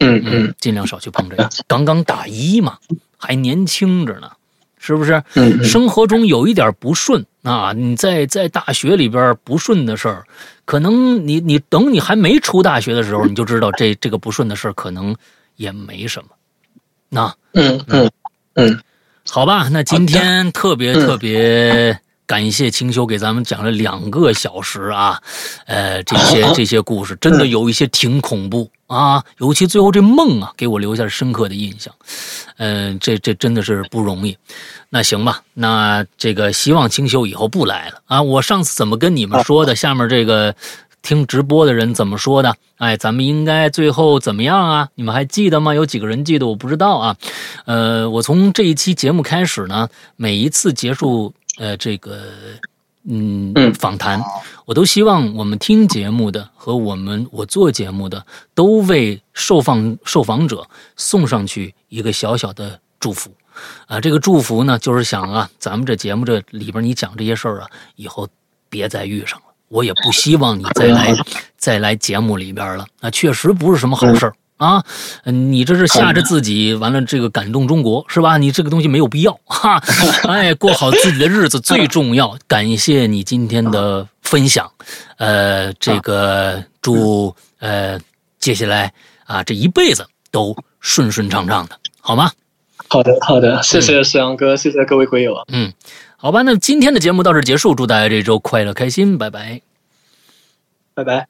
嗯嗯尽量少去碰这个。刚刚大一嘛，还年轻着呢，是不是？嗯嗯生活中有一点不顺啊，你在在大学里边不顺的事儿，可能你你等你还没出大学的时候，你就知道这这个不顺的事儿可能也没什么。那、嗯嗯嗯，好吧，那今天特别特别感谢清修给咱们讲了两个小时啊，呃，这些这些故事真的有一些挺恐怖啊，尤其最后这梦啊，给我留下了深刻的印象，呃，这这真的是不容易。那行吧，那这个希望清修以后不来了啊。我上次怎么跟你们说的？下面这个听直播的人怎么说的？哎，咱们应该最后怎么样啊？你们还记得吗？有几个人记得？我不知道啊。呃，我从这一期节目开始呢，每一次结束呃这个嗯嗯访谈，我都希望我们听节目的和我们我做节目的都为受访受访者送上去一个小小的祝福。啊，这个祝福呢，就是想啊，咱们这节目这里边你讲这些事儿啊，以后别再遇上了。我也不希望你再来再来节目里边了，那确实不是什么好事儿啊。嗯你这是吓着自己，完了这个感动中国是吧？你这个东西没有必要哈。哎，过好自己的日子最重要。感谢你今天的分享，呃，这个祝呃接下来啊这一辈子都顺顺畅畅的，好吗？好的，好的，谢谢沈阳哥，谢谢各位鬼友啊，嗯，好吧，那今天的节目到这儿结束，祝大家这周快乐开心，拜拜。拜拜。